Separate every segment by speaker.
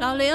Speaker 1: 老刘，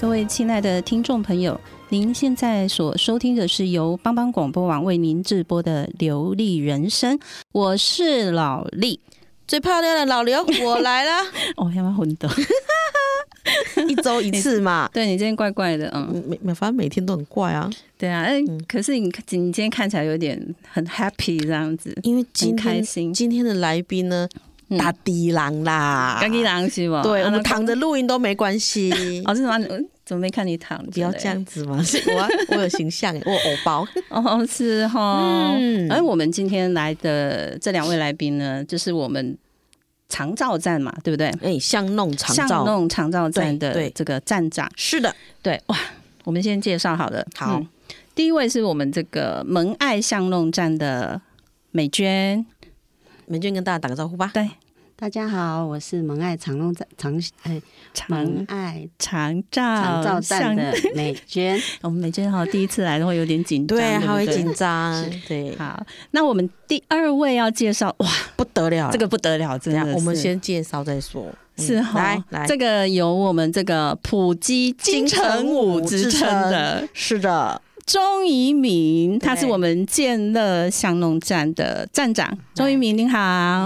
Speaker 1: 各位亲爱的听众朋友，您现在所收听的是由帮帮广播网为您直播的《流利人生》，我是老李。
Speaker 2: 最漂亮的老刘， 我来了，
Speaker 1: 哦，要不要混 的？
Speaker 2: 一周一次嘛。
Speaker 1: 对你今天怪怪的，嗯，
Speaker 2: 嗯每每反正每天都很怪啊，
Speaker 1: 对啊，哎可是你你今天看起来有点很 happy 这样子，
Speaker 2: 因为
Speaker 1: 很
Speaker 2: 今
Speaker 1: 开
Speaker 2: 天
Speaker 1: 心。
Speaker 2: 今天的来宾呢，
Speaker 1: 嗯
Speaker 2: 打的郎啦，
Speaker 1: 刚一狼是吧？
Speaker 2: 对，
Speaker 1: 啊
Speaker 2: 我们
Speaker 1: 那
Speaker 2: 躺着录音都没关系。
Speaker 1: 哦，是吗？嗯怎么没看你躺着？
Speaker 2: 不要这样子嘛，是 我我有形象耶，我有偶包。
Speaker 1: 哦，是哈。
Speaker 2: 嗯
Speaker 1: 而我们今天来的这两位来宾呢，就是我们长照站嘛，对不对？
Speaker 2: 哎，巷弄长
Speaker 1: 巷
Speaker 2: 照，
Speaker 1: 弄长照站
Speaker 2: 对
Speaker 1: 的
Speaker 2: 对
Speaker 1: 这个站长，
Speaker 2: 是的，
Speaker 1: 对哇，我们先介绍好了。
Speaker 2: 好
Speaker 1: 嗯第一位是我们这个蒙爱巷弄站的美娟，
Speaker 2: 美娟跟大家打个招呼吧。
Speaker 1: 对，
Speaker 3: 大家好，我是蒙爱长隆站长哎
Speaker 1: 长
Speaker 3: 蒙爱
Speaker 1: 长照
Speaker 3: 长照站的
Speaker 1: 巷
Speaker 3: 美 娟，
Speaker 1: 我们美娟哈，第一次来都会有点紧张，
Speaker 2: 对，啊
Speaker 1: 不
Speaker 2: 还会紧。张，对，
Speaker 1: 好，那我们第二位要介绍，哇，
Speaker 2: 不得了，
Speaker 1: 这个不得了，真
Speaker 2: 怎样
Speaker 1: 的？是。
Speaker 2: 我们先介绍再说，嗯
Speaker 1: 是哈、
Speaker 2: 来来，
Speaker 1: 这个由我们这个普及金城武之称的
Speaker 2: 是的，
Speaker 1: 钟怡明，他
Speaker 2: 对
Speaker 1: 是我们建乐巷弄站的站长。钟怡明，您好。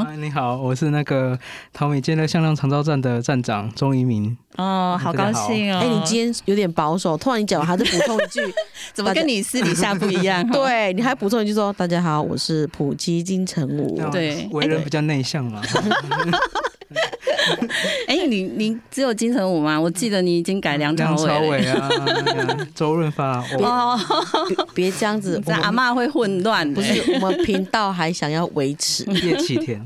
Speaker 4: 嗨，你好，我是那个桃美街的向浪长照站的站长钟一鸣。
Speaker 1: 哦，好高兴哦！
Speaker 2: 哎，你今天有点保守，突然你讲完还是补充一句，？
Speaker 1: 怎么跟你私底下不一样
Speaker 2: 对，你还补充一句说，大家好，我是普吉金城武
Speaker 4: 那。我
Speaker 1: 对
Speaker 4: 为人比较内向嘛。
Speaker 1: 哎、你你只有金城武吗？我记得你已经
Speaker 2: 嗯
Speaker 1: 改梁朝
Speaker 4: 梁
Speaker 1: 伟了。
Speaker 4: 朝伟啊，那个 周润发啊，我
Speaker 1: 哦，
Speaker 2: 别别这样子，
Speaker 1: 这
Speaker 2: 我
Speaker 1: 阿
Speaker 2: 们
Speaker 1: 嬷会混乱的、
Speaker 2: 不是我们频道还想要维 持，
Speaker 4: 叶启田，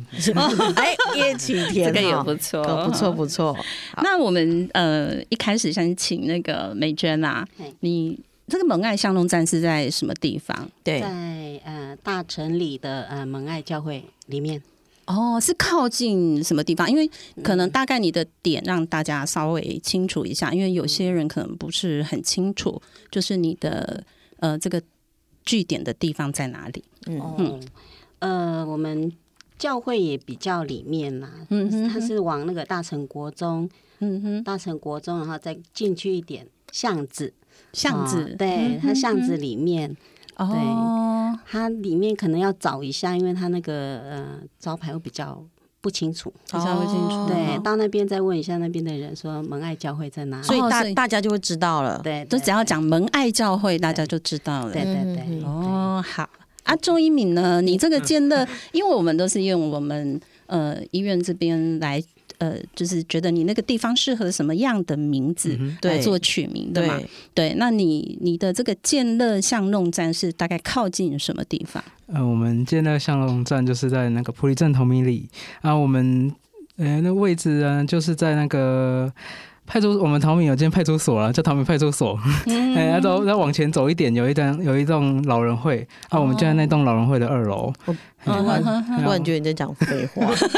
Speaker 2: 哎，叶启
Speaker 1: 这
Speaker 2: 田
Speaker 1: 个也
Speaker 2: 哈
Speaker 1: 不错，
Speaker 2: 可不错不错，
Speaker 1: 那我们呃一开始先请那个美娟啊
Speaker 3: 嘿，
Speaker 1: 你这个蒙爱巷弄站是在什么地方？
Speaker 2: 对，
Speaker 3: 在呃大城里的呃蒙爱教会里面，
Speaker 1: 哦，是靠近什么地方？因为可能大概你的点让大家稍微清楚一下，因为有些人可能不是很清楚，
Speaker 3: 嗯
Speaker 1: 就是你的呃这个据点的地方在哪里？
Speaker 2: 嗯，
Speaker 3: 哦，呃我们教会也比较里面啦，
Speaker 1: 嗯哼
Speaker 3: 它是往那个大城国中，
Speaker 1: 嗯哼，
Speaker 3: 大城国中，然后再进去一点巷子，
Speaker 1: 巷子、嗯
Speaker 3: 哦
Speaker 2: 嗯
Speaker 3: 对，它巷子里面，
Speaker 1: 哦，
Speaker 3: 它里面可能要找一下，因为它那个呃招牌会比较不清楚。
Speaker 1: 比较会清楚。
Speaker 3: 对，，到那边再问一下那边的人，说蒙爱教会在哪里？
Speaker 2: 哦所以
Speaker 1: 哦
Speaker 2: 大
Speaker 1: 所以
Speaker 2: 大家就会知道了。
Speaker 3: 对，
Speaker 1: 就
Speaker 3: 对
Speaker 1: 只要，讲蒙爱教会，大家就知道了。
Speaker 3: 对对对
Speaker 2: 嗯嗯
Speaker 3: 对，
Speaker 1: 哦，好啊，
Speaker 4: 嗯
Speaker 1: 周一敏呢？你这个建的，因为我们都是用我们呃医院这边来呃，就是觉得你那个地方适合什么样的名字
Speaker 4: 嗯哼
Speaker 1: 来
Speaker 2: 对
Speaker 1: 做取名的
Speaker 2: 对
Speaker 1: 嘛？对，那你你的这个建乐巷弄站是大概靠近什么地方？
Speaker 4: 呃，我们建乐向龙站就是在那个普里镇同名里啊，我们呃那位置呢就是在那个。派出我们桃米有间派出所了，叫桃米派出所。 哎、然后再往前走一点，有一栋有一栋老人会啊，我们就在那栋老人会的二楼。
Speaker 2: 突然
Speaker 4: 嗯
Speaker 2: 突然觉得你在讲废话，
Speaker 1: 嗯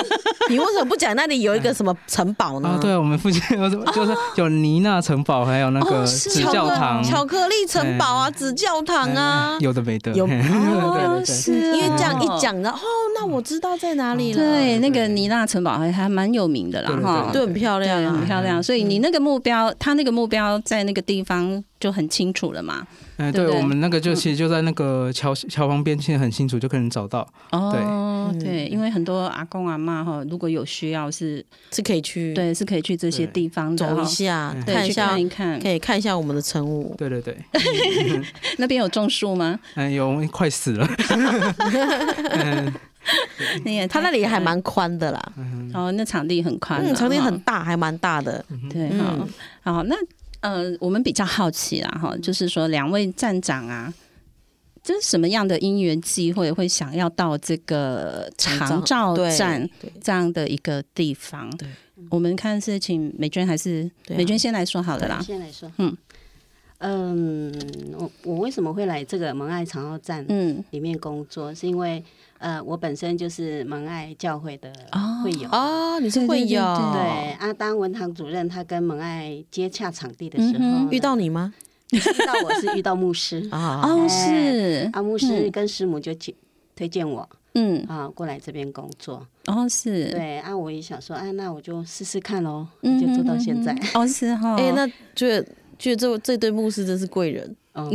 Speaker 2: 你为什么不讲那里有一个什么城堡呢？
Speaker 4: 啊，对，我们附近有什么就是有妮娜城堡，还有那个
Speaker 1: 哦是
Speaker 4: 紫
Speaker 2: 巧克，
Speaker 4: 教堂，
Speaker 2: 巧克力城堡啊，紫教堂啊
Speaker 4: 哎，有的没的，
Speaker 2: 有
Speaker 4: 嘿对 对对，
Speaker 1: 哦是
Speaker 2: 因为这样
Speaker 1: 哦
Speaker 2: 一。讲呢，哦，那我知道在哪里了，
Speaker 1: 对，那个尼娜城堡还还蛮有名的啦，
Speaker 4: 对对
Speaker 1: 哈，
Speaker 4: 对嗯
Speaker 2: 对，很漂亮
Speaker 1: 很
Speaker 2: 啊。
Speaker 1: 漂亮。所以你那个目标，他那个目标在那个地方就很清楚了嘛。
Speaker 4: 嗯，
Speaker 1: 对
Speaker 4: 对
Speaker 1: 不对
Speaker 4: 我们那个就其实就在那个桥桥旁边，现在很清楚就可能找到。
Speaker 1: 哦，
Speaker 2: 嗯
Speaker 1: 对，因为很多阿公阿妈哈，如果有需要是，
Speaker 2: 是可以去
Speaker 1: 对，是可以去这些地方的
Speaker 2: 走
Speaker 1: 哈
Speaker 2: 一，下，
Speaker 4: 嗯
Speaker 1: 对，
Speaker 2: 看一
Speaker 1: 去
Speaker 2: 下
Speaker 1: 看，一看
Speaker 2: 可。以看一下我们的晨舞。
Speaker 4: 对对对，
Speaker 1: 那边有种树吗？
Speaker 4: 嗯，有快死了。 嗯
Speaker 1: 那也
Speaker 2: 它
Speaker 1: 太
Speaker 2: 那里还蛮宽的啦，
Speaker 1: 哦，那场地很宽啊，
Speaker 2: 嗯，场地
Speaker 1: 哈
Speaker 2: 嗯很大，还蛮大的。
Speaker 1: 对，好
Speaker 2: 嗯，
Speaker 1: 好，那呃，我们比较好奇啦，哈，就是说两位站长啊，这是什么样的因缘机会会想要到这个长照
Speaker 2: 对
Speaker 1: 站
Speaker 2: 对
Speaker 1: 这样的一个地方？
Speaker 2: 对，
Speaker 1: 我们看是请美娟还是、
Speaker 2: 对啊
Speaker 1: 美娟先来说好了啦。
Speaker 3: 先来说，
Speaker 1: 嗯
Speaker 3: 嗯嗯，我我为什么会来这个蒙爱长澳站
Speaker 1: 嗯，
Speaker 3: 里面工作？是因为呃，我本身就是蒙爱教会的
Speaker 1: 哦
Speaker 3: 会友。
Speaker 2: 哦，你是会友，
Speaker 3: 对，阿当文堂主任他跟蒙爱接洽场地的时候
Speaker 1: 嗯
Speaker 3: 呢
Speaker 1: 哼，
Speaker 2: 遇到你吗？
Speaker 3: 遇到我是遇到牧师，
Speaker 2: 啊，
Speaker 1: 哦，
Speaker 3: 哎
Speaker 1: 是，
Speaker 3: 阿牧师跟师母就推推荐我
Speaker 1: 嗯，
Speaker 3: 啊过来这边工作。
Speaker 1: 哦，是，
Speaker 3: 对，啊，我也想说，哎、那我就试试看喽，
Speaker 1: 嗯，
Speaker 3: 就做到现在
Speaker 1: 嗯。嗯嗯哦，是哈，
Speaker 2: 哎，那觉得觉得这这对牧师真是贵人，
Speaker 3: 嗯，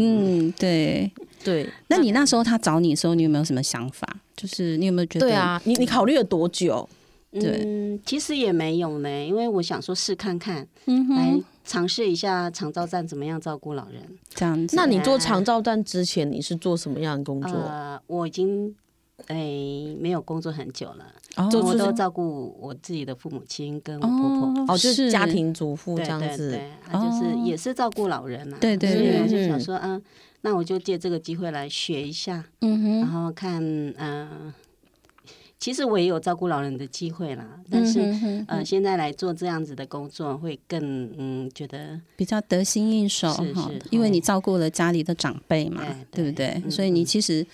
Speaker 1: 嗯，对，
Speaker 2: 对
Speaker 1: 那你那时候他找你的时候，你有没有什么想法？就是你有没有觉得？
Speaker 2: 对，啊，你你考虑了多久？
Speaker 1: 对
Speaker 3: 嗯，其实也没有呢，因为我想说试看看，
Speaker 1: 嗯
Speaker 3: 来
Speaker 1: 哼，
Speaker 3: 尝试一下长照站怎么样照顾老人。
Speaker 1: 这样子，
Speaker 2: 那你做长照站之前，你是做什么样的工作？
Speaker 3: 呃，我已经哎没有工作很久了，
Speaker 1: 哦
Speaker 2: 就
Speaker 3: 我
Speaker 2: 是
Speaker 3: 都照顾我自己的父母亲跟我婆婆。
Speaker 2: 哦，就是家，庭主妇这
Speaker 3: 对
Speaker 2: 样
Speaker 3: 对
Speaker 2: 子
Speaker 3: 对，啊，就是
Speaker 1: 哦
Speaker 3: 也是照顾老人啊。
Speaker 1: 对对
Speaker 3: 所以我就
Speaker 2: 对
Speaker 3: 想说，嗯，那我就借这个机会来学一下，
Speaker 1: 嗯
Speaker 3: 然
Speaker 1: 哼，
Speaker 3: 后看，嗯，其实我也有照顾老人的机会啦，但是
Speaker 1: 嗯哼
Speaker 3: 呃，现在来做这样子的工作，会更嗯觉得
Speaker 1: 比较得心应手
Speaker 3: 是
Speaker 1: 哈
Speaker 3: 是，哦
Speaker 1: 因为你照顾了家里的长辈嘛，对
Speaker 3: 对
Speaker 1: 不对？
Speaker 3: 嗯
Speaker 1: 所以你其实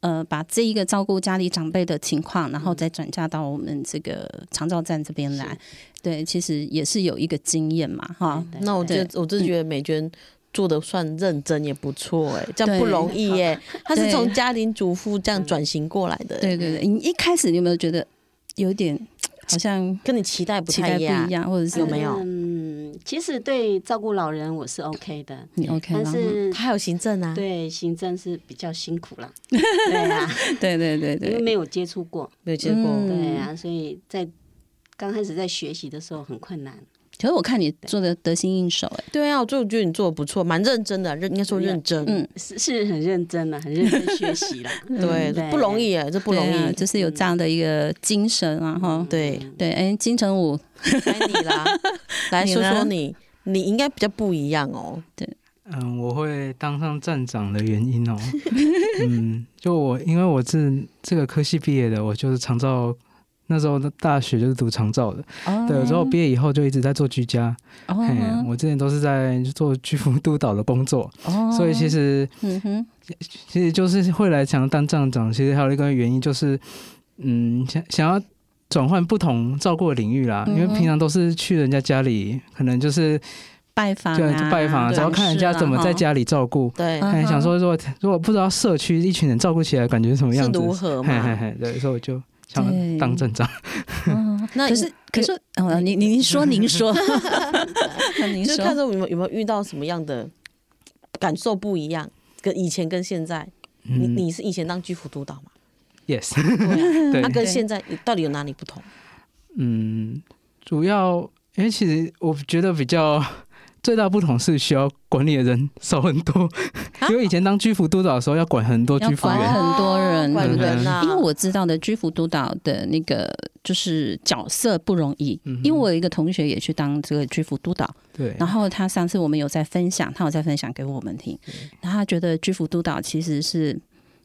Speaker 1: 呃，把这一个照顾家里长辈的情况，然
Speaker 3: 嗯
Speaker 1: 后再转嫁到我们这个长照站这边来，对，其实也是有一个经验嘛，哈。
Speaker 3: 对
Speaker 2: 那我
Speaker 3: 对
Speaker 2: 觉得，我
Speaker 1: 嗯
Speaker 2: 真的觉得美娟做的算认真也不错哎、这样
Speaker 1: 对
Speaker 2: 不容易 耶、她是
Speaker 1: 对
Speaker 2: 从家庭主妇这样转型过来的、
Speaker 1: 对对对，你一开始你有没有觉得有点好像
Speaker 2: 跟你期待不
Speaker 1: 期
Speaker 2: 太
Speaker 1: 待
Speaker 2: 一
Speaker 1: 不
Speaker 2: 样
Speaker 1: 一。样，或者是
Speaker 2: 有没有
Speaker 3: 嗯，其实对照顾老人我是 OK 的，
Speaker 1: 你 OK
Speaker 3: 但
Speaker 1: 吗？
Speaker 3: 是
Speaker 2: 她还有行政啊，
Speaker 3: 对行政是比较辛苦啦。对呀、啊，
Speaker 1: 对对对
Speaker 3: 因为
Speaker 1: 对，
Speaker 3: 没有接触过，
Speaker 2: 没有结果。
Speaker 1: 嗯
Speaker 3: 对呀、啊，所以在刚开始在学习的时候很困难。
Speaker 1: 可是我看你做的得心应手，哎，
Speaker 2: 对啊，我就觉得你做的不错，蛮认真的，认应该说认真。
Speaker 1: 嗯
Speaker 3: 是是很认真啦，很认真学习啦。
Speaker 2: 嗯对，
Speaker 3: 对
Speaker 2: 不容易哎、这不容
Speaker 1: 嗯对啊
Speaker 2: 易。
Speaker 1: 就是
Speaker 3: 嗯
Speaker 1: 有这样的一个精神啊，哈。
Speaker 2: 对，
Speaker 1: 对，哎，金城武，
Speaker 2: 该你啦，来
Speaker 1: 你
Speaker 2: 说
Speaker 1: 呢
Speaker 2: 说你，你应该比较不一样哦。
Speaker 4: 嗯，我会当上站长的原因哦，嗯，就我因为我是这个科系毕业的，我就是长照。那时候的大学就是读长照的，
Speaker 1: 哦
Speaker 4: 对，之后毕业以后就一直在做居家，
Speaker 1: 哦
Speaker 4: 嘿，我之前都是在做居服督导的工作，
Speaker 1: 哦
Speaker 4: 所以其实
Speaker 1: 嗯哼，
Speaker 4: 其实就是会来想要当站长，其实还有一个原因就是，嗯，想想要转换不同照顾的领域啦，
Speaker 1: 嗯哼
Speaker 4: 因为平常都是去人家家里，可能就是
Speaker 1: 拜访
Speaker 4: 就
Speaker 1: 啊，
Speaker 4: 就拜访啊，
Speaker 1: 对
Speaker 4: 然后看人家怎么在，家里照顾。
Speaker 2: 对，
Speaker 1: 嗯
Speaker 4: 哎，
Speaker 1: 哼
Speaker 4: 想说如果如果不知道社区一群人照顾起来感觉什么
Speaker 2: 是
Speaker 4: 样子，
Speaker 2: 如何
Speaker 4: 嘿嘿
Speaker 2: 嘛？
Speaker 4: 嘿，对，所以我就想
Speaker 1: 对
Speaker 4: 当站长。
Speaker 2: 那
Speaker 1: 可是哦可是，哦，您您您说您 说，您
Speaker 2: 就是看
Speaker 1: 说，
Speaker 2: 着有没有有没有遇到什么样的感受不一样，跟以前跟现在。你
Speaker 4: 嗯
Speaker 2: 你是以前当居服督 导嘛？
Speaker 4: ，yes，
Speaker 2: 对啊，
Speaker 4: 对
Speaker 2: 那跟现在到底有哪里不
Speaker 1: 哦
Speaker 2: 同？
Speaker 4: 嗯，主要因为其实我觉得比较 最大不同是需要管理的人少很多，因为以前当居服督导的时候要管很多
Speaker 1: 啊要
Speaker 4: 居服
Speaker 1: 管
Speaker 4: 员，
Speaker 1: 很多哦人，
Speaker 2: 管
Speaker 1: 对不对？
Speaker 2: 人啊，
Speaker 1: 因为我知道的居服督导的那个就是角色不容易，
Speaker 4: 嗯哼
Speaker 1: 因为我有一个同学也去当这个居服督导，
Speaker 4: 对，
Speaker 1: 然后他上次我们有在分享，他有在分享给我们听，然后他觉得居服督导其实是，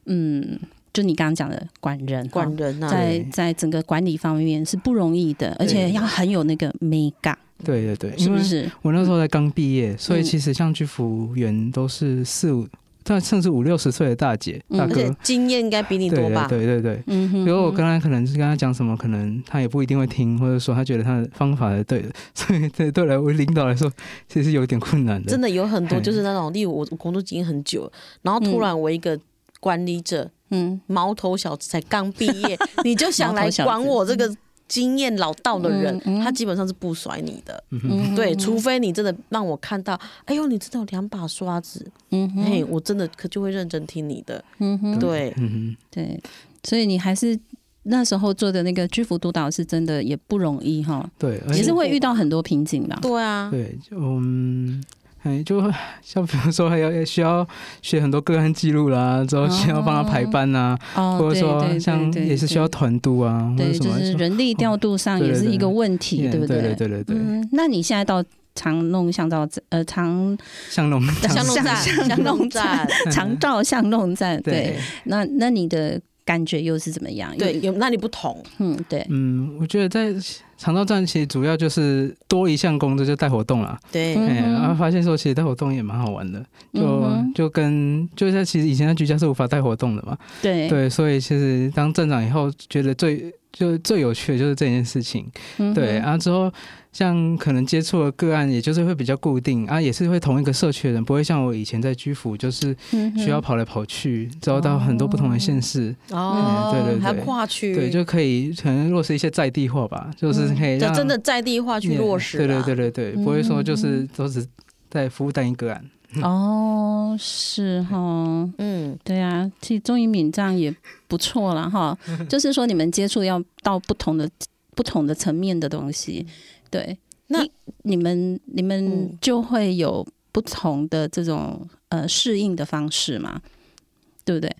Speaker 1: 嗯，就你刚刚讲的管人哈，
Speaker 2: 管人啊，
Speaker 1: 在
Speaker 4: 对
Speaker 1: 在整个管理方面是不容易的，而且要很有那个美感，
Speaker 4: 对对
Speaker 1: 是
Speaker 4: 对，
Speaker 1: 嗯
Speaker 4: 因
Speaker 1: 不
Speaker 4: 为
Speaker 1: 是？
Speaker 4: 我那时候才刚毕业，所以其实像居服员都是四五，但甚至五六十岁的大姐
Speaker 1: 嗯
Speaker 4: 大
Speaker 2: 而
Speaker 4: 哥，
Speaker 2: 且经验应该比你
Speaker 4: 对
Speaker 2: 多吧
Speaker 4: 对？对对对。
Speaker 1: 嗯哼，
Speaker 4: 比如我跟他可能是跟他讲什么，可能他也不一定会听，或者说他觉得他的方法是对的，所以对对来我领导来说，其实有点困难的。
Speaker 2: 真
Speaker 4: 的，
Speaker 2: 的有很多
Speaker 1: 嗯
Speaker 4: 嘿
Speaker 2: 就是那种，例如我我工作经验很久，然后突然我一个管理者
Speaker 1: 嗯，
Speaker 2: 毛头小子才刚毕业，你就想来
Speaker 1: 毛头小子
Speaker 2: 管我这个经验老道的人，
Speaker 1: 嗯嗯
Speaker 2: 他基本上是不甩你的。
Speaker 1: 嗯
Speaker 2: 对，除非你真的让我看到，哎呦，你真的有两把刷子，
Speaker 1: 嗯哼
Speaker 2: 嘿，我真的可就会认真听你的。
Speaker 1: 嗯哼，
Speaker 2: 对，
Speaker 4: 嗯
Speaker 1: 对，所以你还是那时候做的那个居服督导是真的也不容易哈
Speaker 4: 哼，，对，而
Speaker 1: 也
Speaker 4: 且
Speaker 1: 是会遇到很多瓶颈啦。
Speaker 4: 哦
Speaker 2: 对啊，
Speaker 4: 对，就嗯，哎，就像比如说还要需要学很多个案记录啦，之后需要帮他排班啊，
Speaker 1: 哦，
Speaker 4: 或者
Speaker 1: 对
Speaker 4: 说
Speaker 1: 对
Speaker 4: 像
Speaker 1: 对对
Speaker 4: 也是需要
Speaker 1: 对
Speaker 4: 团督啊，或者
Speaker 1: 对，
Speaker 4: 什
Speaker 1: 就
Speaker 4: 么
Speaker 1: 是人力调度上
Speaker 4: 对
Speaker 1: 也
Speaker 4: 对
Speaker 1: 是一个
Speaker 4: 对
Speaker 1: 问题，
Speaker 4: 对
Speaker 1: 不
Speaker 4: 对对对对对，
Speaker 1: 嗯，那你现在到长弄巷照呃长
Speaker 4: 像那种
Speaker 2: 香
Speaker 1: 像
Speaker 2: 弄站，香弄站，
Speaker 1: 长照巷弄站，对，
Speaker 4: 对，
Speaker 1: 那那你的感觉又是怎么样？
Speaker 2: 对，
Speaker 1: 又，
Speaker 2: 有那里不同，
Speaker 1: 嗯，对，
Speaker 4: 嗯，我觉得在肠道站其实主要就是多一项工作就带活动啦，
Speaker 2: 对，
Speaker 1: 嗯
Speaker 4: 哎，
Speaker 1: 哼
Speaker 4: 然后发现说其实带活动也蛮好玩的，
Speaker 1: 嗯
Speaker 4: 就
Speaker 1: 哼
Speaker 4: 就跟就像其实以前在居家是无法带活动的嘛，
Speaker 1: 对，嗯
Speaker 4: 对，所以其实当站长以后，觉得最就最有趣的就是这件事情。
Speaker 1: 嗯哼
Speaker 4: 对，
Speaker 2: 啊
Speaker 4: 然、，后之后像可能接触的个案，也就是会比较固定啊，也是会同一个社区的人，不会像我以前在居服，就是
Speaker 1: 嗯哼
Speaker 4: 需要跑来跑去，之后到很多不同的县市，
Speaker 2: 哦，
Speaker 4: 对对对
Speaker 2: 还有跨区，
Speaker 4: 对，就可以可能落实一些在地化吧，就是可以
Speaker 2: 嗯就
Speaker 4: 让
Speaker 2: 真的在地化去
Speaker 4: 也
Speaker 2: 落实啦，啊嗯
Speaker 4: 对对对对对，不会说就是都只在服务单一个案。
Speaker 1: 哦，是哈，
Speaker 2: 嗯，
Speaker 1: 对啊，其实钟怡敏这样也不错了 哈，就是说你们接触要到不同的不同的层面的东西，对，
Speaker 2: 嗯那
Speaker 1: 你你们你们
Speaker 2: 嗯
Speaker 1: 就会有不同的这种呃适应的方式嘛，对不对？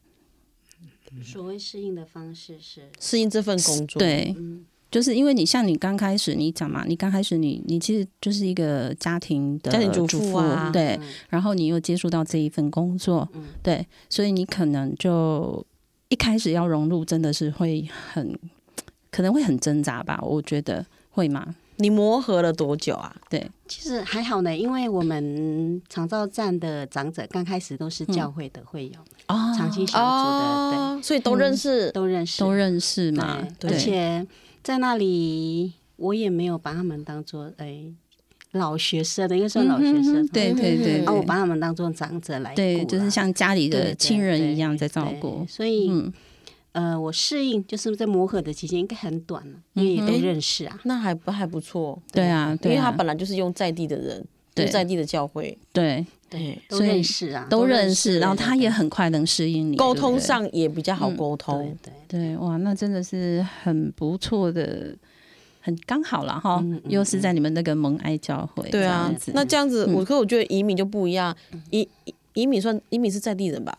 Speaker 3: 所谓适应的方式是，
Speaker 2: 适应这份工作，，
Speaker 1: 对，
Speaker 3: 嗯，
Speaker 1: 就是因为你像你刚开始你讲嘛，你刚开始你你其实就是一个家庭的
Speaker 2: 家庭主
Speaker 1: 主
Speaker 2: 妇啊
Speaker 1: 妇对，
Speaker 3: 嗯
Speaker 1: 然后你又接触到这一份工作，
Speaker 3: 嗯
Speaker 1: 对，所以你可能就一开始要融入，真的是会很可能会很挣扎吧？我觉得会吗？
Speaker 2: 你磨合了多久啊？
Speaker 3: 其实还好呢，因为我们长照站的长者刚开始都是教会的会友，
Speaker 1: 哦
Speaker 3: 长期小组的，
Speaker 2: 所以都哦认识
Speaker 3: 对，，都认识，
Speaker 1: 都认识嘛，
Speaker 3: 对，而且在那里我也没有把他们当做哎老学生的，因为算老
Speaker 1: 嗯
Speaker 3: 学生，
Speaker 1: 对对对，
Speaker 3: 啊，
Speaker 1: 对
Speaker 3: 我把他们当做长者来
Speaker 1: 对，
Speaker 3: 顾
Speaker 1: 就是
Speaker 3: 啦
Speaker 1: 像家里
Speaker 3: 对
Speaker 1: 的
Speaker 3: 对
Speaker 1: 亲人一样
Speaker 3: 对
Speaker 1: 在照
Speaker 3: 对
Speaker 1: 顾，
Speaker 3: 所以、
Speaker 1: 嗯，
Speaker 3: 呃，我适应就是在磨合的期间应该很短了，因为也
Speaker 1: 嗯
Speaker 3: 都
Speaker 1: 哼
Speaker 3: 认识啊。
Speaker 2: 那还不还不错，
Speaker 1: 对啊，
Speaker 2: 因
Speaker 1: 对
Speaker 2: 为他
Speaker 1: 啊，
Speaker 2: 本来就是用在地的人，
Speaker 1: 对
Speaker 2: 用在地的教会，
Speaker 1: 对
Speaker 2: 对，
Speaker 3: 都
Speaker 1: 所以
Speaker 3: 认识啊，
Speaker 1: 都认
Speaker 3: 对
Speaker 1: 识，
Speaker 3: 对
Speaker 1: 然后他也
Speaker 3: 对
Speaker 1: 很快能适应你
Speaker 2: 沟
Speaker 1: 对不
Speaker 2: 通
Speaker 1: 对
Speaker 2: 上也比较好沟
Speaker 3: 对
Speaker 2: 通，
Speaker 3: 对，
Speaker 1: 对，哇，那真的是很不错的，很刚好了哈，
Speaker 3: 嗯嗯
Speaker 1: 又是在你们那个蒙爱教会
Speaker 2: 对啊
Speaker 1: 这样子，
Speaker 2: 那这样子，
Speaker 1: 嗯
Speaker 2: 我可我觉得移民就不一样，移移移民算移民是在地人吧，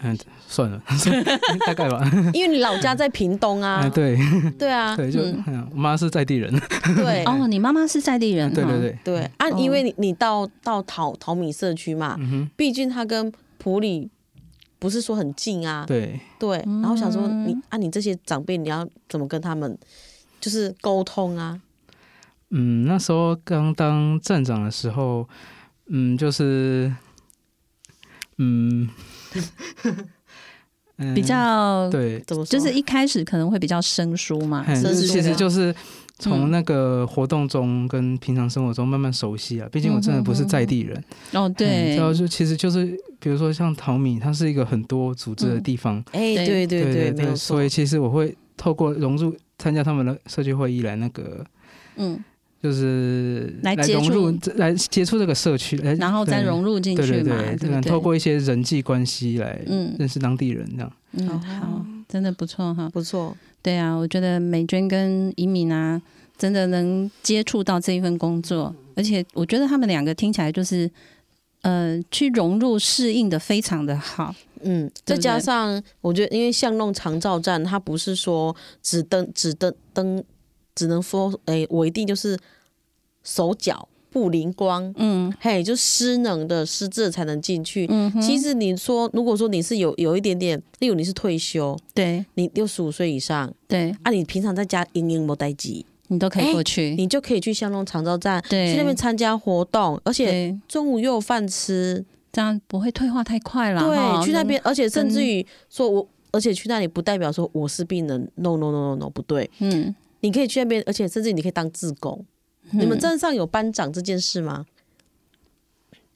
Speaker 4: 嗯，算了， 大概吧。
Speaker 2: 因为你老家在屏东啊
Speaker 4: 哎，， 对
Speaker 2: 对啊，
Speaker 4: 对，就
Speaker 1: 嗯
Speaker 4: 嗯我妈是在地人。
Speaker 2: 对
Speaker 1: 哦，你妈妈是在地人，
Speaker 4: 对对
Speaker 1: 哈，
Speaker 4: 对，
Speaker 2: 对啊，
Speaker 1: 哦
Speaker 2: 因为你你到到淘淘米社区嘛，
Speaker 4: 嗯哼，
Speaker 2: 毕竟它跟普里不是说很近啊，
Speaker 4: 对。
Speaker 2: 对，然后想说你啊，你这些长辈你要怎么跟他们就是沟通啊？
Speaker 4: 嗯，那时候刚当站长的时候，嗯，就是， 嗯，嗯
Speaker 1: 比较
Speaker 4: 对，
Speaker 2: 怎么说
Speaker 1: 就是一开始可能会比较生疏嘛，
Speaker 4: 嗯，
Speaker 2: 这
Speaker 4: 就是是其
Speaker 2: 这
Speaker 4: 实
Speaker 2: 样
Speaker 4: 就是
Speaker 2: 嗯
Speaker 4: 从那个活动中跟平常生活中慢慢熟悉啊。毕竟我
Speaker 2: 嗯
Speaker 4: 真的不是在地人，
Speaker 1: 哦，对
Speaker 4: 然，后就其实就是比如说像淘米，它是一个很多组织的地方，
Speaker 2: 哎，
Speaker 1: 对
Speaker 2: 对对
Speaker 4: 对
Speaker 2: 对，没有
Speaker 4: 对，
Speaker 2: 错
Speaker 4: 所以，其实我会透过融入参加他们的社区会议来那个。
Speaker 1: 嗯，
Speaker 4: 就是
Speaker 1: 来接
Speaker 4: 融
Speaker 1: 触
Speaker 4: 入这，来接触这个社区，来
Speaker 1: 然后再
Speaker 4: 对
Speaker 1: 融入进
Speaker 4: 对
Speaker 1: 去
Speaker 4: 对
Speaker 1: 嘛，
Speaker 4: 对，
Speaker 1: 对
Speaker 4: 能
Speaker 1: 不
Speaker 4: 透
Speaker 1: 对？
Speaker 4: 过一些人际关系来
Speaker 1: 嗯
Speaker 4: 认识当地人这样。
Speaker 1: 嗯，好，真的不错哈。
Speaker 2: 不错，
Speaker 1: 对啊，我觉得美娟跟移民啊，真的能接触到这一份工作，而且我觉得他们两个听起来就是，呃，去融入适应的非常的好。
Speaker 2: 嗯，
Speaker 1: 对
Speaker 2: 再
Speaker 1: 不对
Speaker 2: 加上我觉得，因为巷弄长照站，它不是说只登只登登，只能说，哎，我一定就是手脚不灵光，
Speaker 1: 嗯
Speaker 2: 嘿，就失能的失智才能进去。
Speaker 1: 嗯哼，
Speaker 2: 其实你说，如果说你是有有一点点，例如你是退休，
Speaker 1: 对
Speaker 2: 你六十五岁以上，
Speaker 1: 对，
Speaker 2: 啊，你平常在家营营没待机，
Speaker 1: 你都可以过
Speaker 3: 嗯
Speaker 1: 去。
Speaker 2: 你就可以去香农长照站，
Speaker 1: 对
Speaker 2: 去那边参加活动，而且
Speaker 1: 对，
Speaker 2: 中午又有饭吃，
Speaker 1: 这样不会退化太快了。哈
Speaker 2: 对，去那边，，而且甚至于说我，而且去那里不代表说我是病人，no no no no no，不对，
Speaker 1: 嗯，
Speaker 2: 你可以去那边，而且甚至你可以当志工。你们
Speaker 1: 嗯
Speaker 2: 站上有班长这件事吗？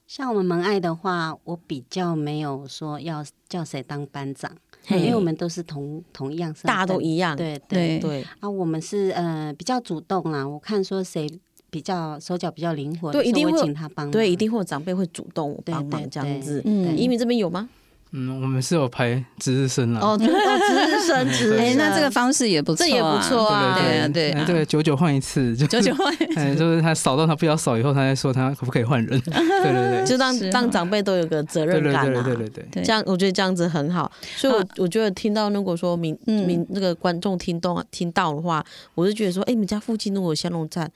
Speaker 3: 像我们门爱的话，我比较没有说要叫谁当班长，
Speaker 2: 嘿
Speaker 3: 因为我们都是同同样身
Speaker 2: 嗯
Speaker 3: 份，
Speaker 2: 大家都一样，
Speaker 3: 对
Speaker 1: 对，
Speaker 3: 对
Speaker 2: 对
Speaker 3: 啊，我们是呃比较主动啦，我看说谁比较手脚比较灵活，
Speaker 2: 对一定
Speaker 3: 所以我
Speaker 2: 会
Speaker 3: 请他帮忙，
Speaker 2: 对，一定会有长辈会主动我
Speaker 3: 嗯对
Speaker 2: 帮忙
Speaker 3: 对
Speaker 2: 这样子。
Speaker 1: 嗯
Speaker 3: 对
Speaker 2: 因为这边有吗？
Speaker 4: 嗯，我们是有排值日生啦。
Speaker 2: 哦，真的哦值日生，值
Speaker 4: 嗯对
Speaker 1: 哎、
Speaker 2: 日生，
Speaker 1: 那这个方式也不错、啊，
Speaker 2: 这也不错啊
Speaker 1: 对啊，对
Speaker 4: 对
Speaker 1: 啊，
Speaker 4: 哎对，久久换一次，就
Speaker 1: 九九 会，
Speaker 4: 哎，就是他扫到他不要扫以后，他再说他可不可以 换人。对对对
Speaker 2: 就让
Speaker 1: 是啊
Speaker 2: 让长辈都有个责
Speaker 4: 对
Speaker 2: 任
Speaker 4: 对
Speaker 2: 感
Speaker 4: 对对
Speaker 2: 啊。
Speaker 4: 对对对。
Speaker 1: 对
Speaker 2: 这样我觉得这样子很好，所以我、
Speaker 1: 啊
Speaker 2: 我觉得听到如果说民
Speaker 1: 嗯
Speaker 2: 民那个观众听到听到的话，我就觉得说，哎，你们家附近如果有香农站，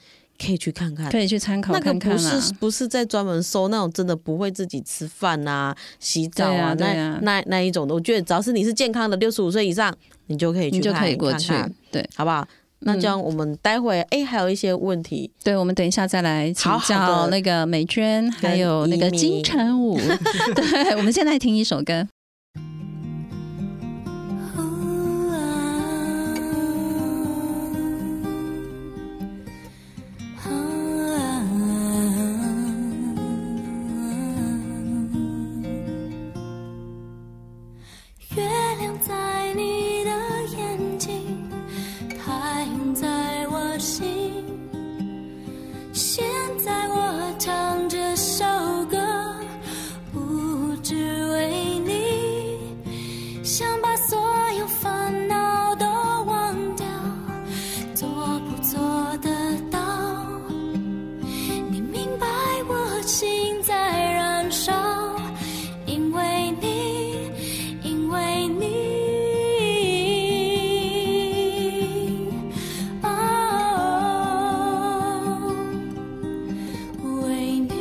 Speaker 2: 可以去看看。
Speaker 1: 可以去参考
Speaker 2: 那个
Speaker 1: 看看啊
Speaker 2: 不
Speaker 1: 啦。
Speaker 2: 是不是在专门收那种真的不会自己吃饭啊、洗澡
Speaker 1: 对啊对
Speaker 2: 那
Speaker 1: 啊
Speaker 2: 那那一种的，我觉得只要是你是健康的，六十五岁以上，你就可以去
Speaker 1: 你就可以
Speaker 2: 看
Speaker 1: 过
Speaker 2: 看
Speaker 1: 去
Speaker 2: 看，
Speaker 1: 对嗯
Speaker 2: 好不好？那这样我们待会哎、还有一些问题，
Speaker 1: 对，我们等一下再来请
Speaker 2: 好好
Speaker 1: 教
Speaker 2: 的
Speaker 1: 那个美娟，还
Speaker 2: 跟
Speaker 1: 有那
Speaker 2: 移
Speaker 1: 个
Speaker 2: 民
Speaker 1: 金城武。 对，我们先来听一首歌。
Speaker 5: 月亮在你的眼睛，太阳在我心。现在我唱这首歌，不只为你，想把所有烦恼都忘掉，做不做得到？你明白我心在燃烧，因为你，因为你。Oh，哦，为你。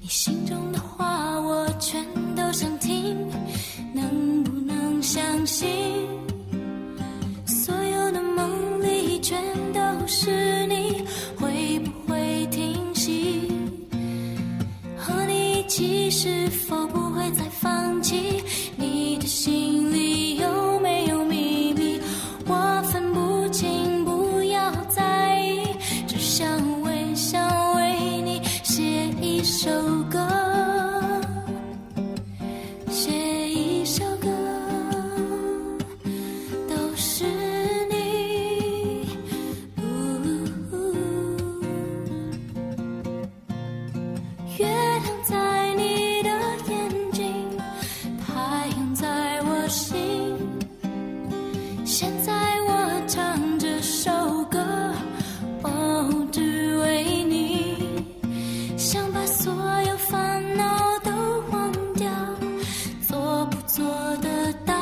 Speaker 5: 你心中的话我全都想听，能不能相信？所有的梦里全都是你，会不会停息？和你一起是否不会再放弃？你的心里有没有秘密？我分不清，不要在意，只想微笑为你写一首歌，写一首歌。都是你。月亮在你的眼睛，太阳在我心。现在我唱这首歌，哦，只为你，想把所有烦恼都忘掉，做不做得到？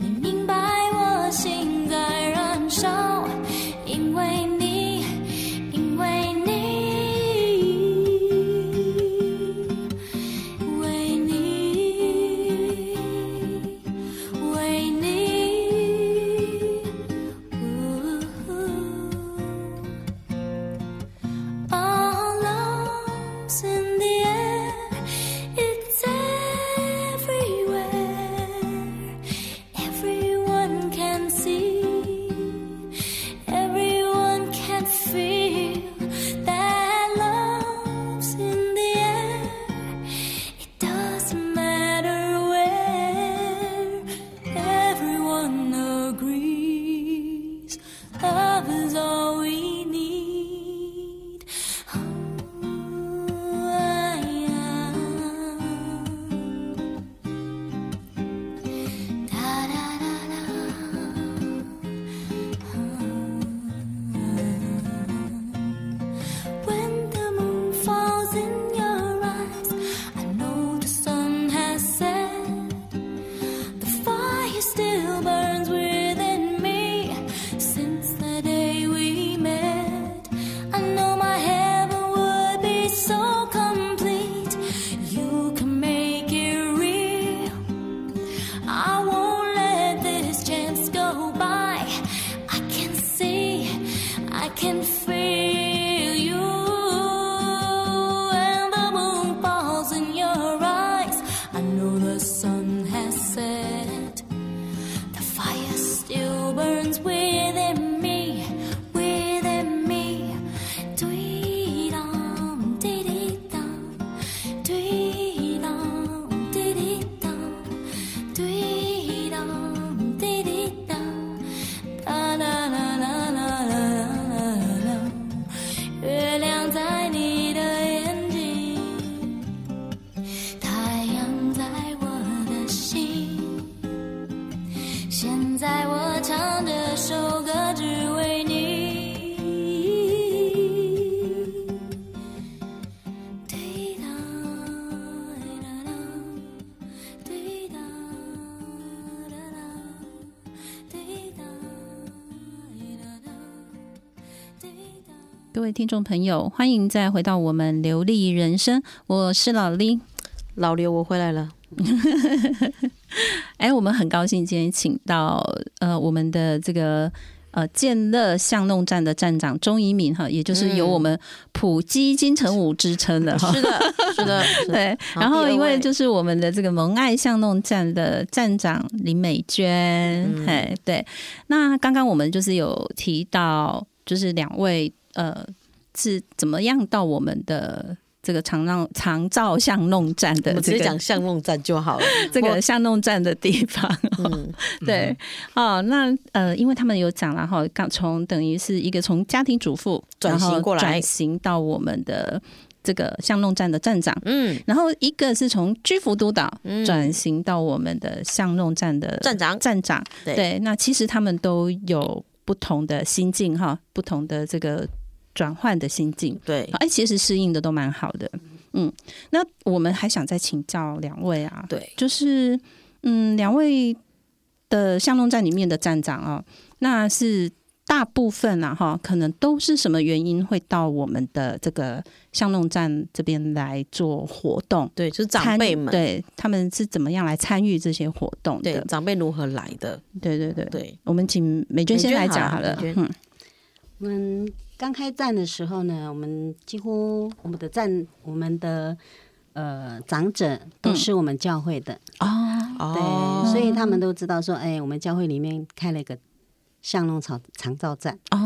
Speaker 5: 你明白我心在燃烧，因为你，因为你。
Speaker 1: 各位听众朋友，欢迎再回到我们流利人生，我是老李。
Speaker 2: 老刘，我回来了。
Speaker 1: 哎，我们很高兴今天请到呃我们的这个呃建乐巷弄站的站长钟怡敏哈，也
Speaker 2: 嗯
Speaker 1: 就是有我们普基金城武之称的哈。
Speaker 2: 是的，是的，是的
Speaker 1: 对，
Speaker 2: 好
Speaker 1: 然后
Speaker 2: 第二
Speaker 1: 因为
Speaker 2: 位
Speaker 1: 就是我们的这个蒙爱巷弄站的站长林美娟，
Speaker 2: 嗯
Speaker 1: 哎、对，那刚刚我们就是有提到，就是两位呃是怎么样到我们的这个长浪长照巷弄站
Speaker 2: 我
Speaker 1: 的
Speaker 2: 们直
Speaker 1: 这
Speaker 2: 接讲
Speaker 1: 个
Speaker 2: 巷弄站就 好了。
Speaker 1: 这个巷弄站的地方、
Speaker 2: 嗯，
Speaker 1: 对，哦，那呃，因为他们有讲了哈，刚从等于是一个从家庭主妇
Speaker 2: 转型
Speaker 1: 然后
Speaker 2: 过来
Speaker 1: 转型到我们的这个巷弄站的站长，
Speaker 2: 嗯，
Speaker 1: 然后一个是从居服督导
Speaker 2: 嗯
Speaker 1: 转型到我们的巷弄站的
Speaker 2: 站长
Speaker 1: 站长，
Speaker 2: 对
Speaker 1: 那其实他们都有不同的心境哈，不同的这个转换的心境，
Speaker 2: 对
Speaker 1: 哎，其实适应的都蛮好的，嗯，那我们还想再请教两位啊，
Speaker 2: 对，
Speaker 1: 就是嗯，两位的巷弄站里面的站长啊、那是大部分啊哈，可能都是什么原因会到我们的这个巷弄站这边来做活动？
Speaker 2: 对，就是
Speaker 1: 参
Speaker 2: 长
Speaker 1: 与
Speaker 2: 辈们，
Speaker 1: 对他们是怎么样来参与这些活动
Speaker 2: 对
Speaker 1: 的？
Speaker 2: 长辈如何来的，
Speaker 1: 对对对
Speaker 2: 对，
Speaker 1: 我们请美娟
Speaker 2: 美
Speaker 1: 先
Speaker 2: 娟
Speaker 1: 来
Speaker 2: 好
Speaker 1: 讲好
Speaker 2: 了
Speaker 1: 了
Speaker 2: 美，娟
Speaker 1: 嗯，
Speaker 3: 我们刚开站的时候呢，我们几乎我们的站，我们的呃长者都是我们教会的，
Speaker 1: 哦，
Speaker 2: 嗯哦，
Speaker 3: 对，所以他们都知道说，哎，我们教会里面开了一个巷弄长长照站，
Speaker 1: 哦，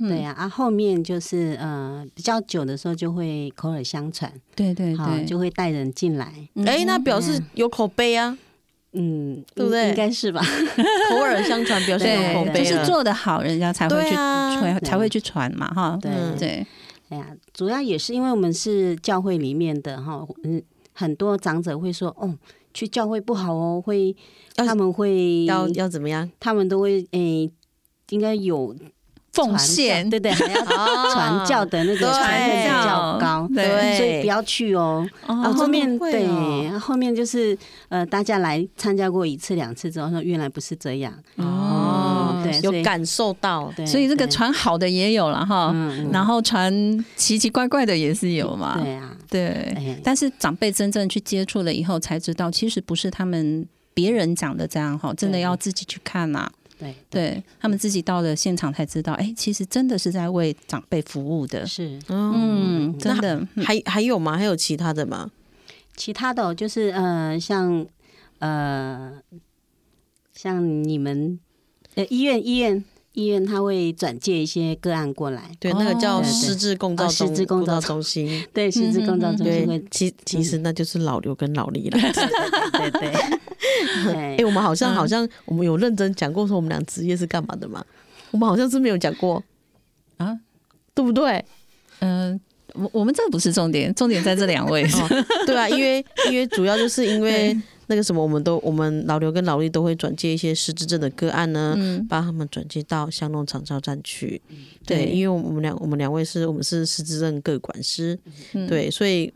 Speaker 1: 嗯
Speaker 3: 对呀、啊，后面就是呃比较久的时候就会口耳相传，
Speaker 1: 对对嗯
Speaker 3: 好，
Speaker 1: 对，
Speaker 3: 就会带人进来，
Speaker 2: 哎、那表示有口碑啊，
Speaker 3: 嗯，
Speaker 2: 对不对
Speaker 3: 应该是吧？
Speaker 2: 口耳相传，表示有
Speaker 1: 对，
Speaker 2: 口
Speaker 1: 就
Speaker 2: 碑啊
Speaker 1: 是
Speaker 2: 了。
Speaker 1: 做得好，人家才会
Speaker 2: 对
Speaker 1: 去
Speaker 2: 啊
Speaker 1: 传，才会
Speaker 3: 对
Speaker 1: 去传嘛，哈，
Speaker 3: 对
Speaker 1: 对，
Speaker 3: 哎呀，主要也是因为我们是教会里面的哈，嗯，很多长者会说，哦，去教会不好哦，会
Speaker 2: 要
Speaker 3: 他们会
Speaker 2: 要要怎么样？
Speaker 3: 他们都会诶、应该有
Speaker 1: 奉
Speaker 3: 传教
Speaker 1: 献，
Speaker 3: 对对，还 要传教的那个
Speaker 2: 啊对
Speaker 3: 传
Speaker 2: 对
Speaker 3: 费比较高，
Speaker 1: 对
Speaker 2: 对啊
Speaker 3: 所以不要去哦。
Speaker 1: 哦
Speaker 3: 然后后面
Speaker 2: 真的会
Speaker 3: 对
Speaker 2: 哦，
Speaker 3: 然后后面就是呃，大家来参加过一次两次之后，说原来不是这样，
Speaker 2: 哦，
Speaker 3: 对所
Speaker 2: 有
Speaker 3: 以
Speaker 2: 感受到，
Speaker 3: 对，
Speaker 1: 所以这个
Speaker 3: 对，
Speaker 1: 传好的也有了哈，
Speaker 3: 嗯，嗯
Speaker 1: 然后传奇奇怪怪的也是有嘛，
Speaker 3: 对啊，
Speaker 1: 对。
Speaker 3: 哎，
Speaker 1: 但是长辈真正去接触了以后，才知道其实不是他们别人讲的这样哈，真的
Speaker 3: 对
Speaker 1: 要自己去看呐、
Speaker 3: 对
Speaker 1: 对他们自己到了现场才知道，哎，其实真的是在为长辈服务的。
Speaker 3: 是。
Speaker 1: 嗯，真的，嗯
Speaker 2: 哦还还有吗？还有其他的吗？
Speaker 3: 其他的、哦、就是呃，像呃，像你们呃医院医院医院，他会转介一些个案过来，
Speaker 2: 对，
Speaker 1: 哦
Speaker 2: 那个叫
Speaker 3: 对对
Speaker 2: 失智共照
Speaker 3: 哦
Speaker 2: 中
Speaker 3: 失智共照
Speaker 2: 中心。
Speaker 3: 对，失智共照中
Speaker 2: 对
Speaker 3: 心会，，
Speaker 2: 其其实那就是老刘跟老李了。
Speaker 3: 对对
Speaker 2: 哎、
Speaker 3: 对，对
Speaker 2: 我们好
Speaker 1: 嗯
Speaker 2: 像好像我们有认真讲过说我们俩职业是干嘛的吗？我们好像是没有讲过
Speaker 1: 啊，
Speaker 2: 对不对？
Speaker 1: 嗯、我我们这不是重点，重点在这两位。
Speaker 2: 对啊，因 为因为主要就是因为那个什么，我们都我们老刘跟老李都会转接一些失智症的个案呢，
Speaker 1: 嗯，
Speaker 2: 把他们转接到香农长照站去。对，
Speaker 1: 对
Speaker 2: 因为我们两我们两位是我们是失智症个管师，
Speaker 1: 嗯，
Speaker 2: 对，所以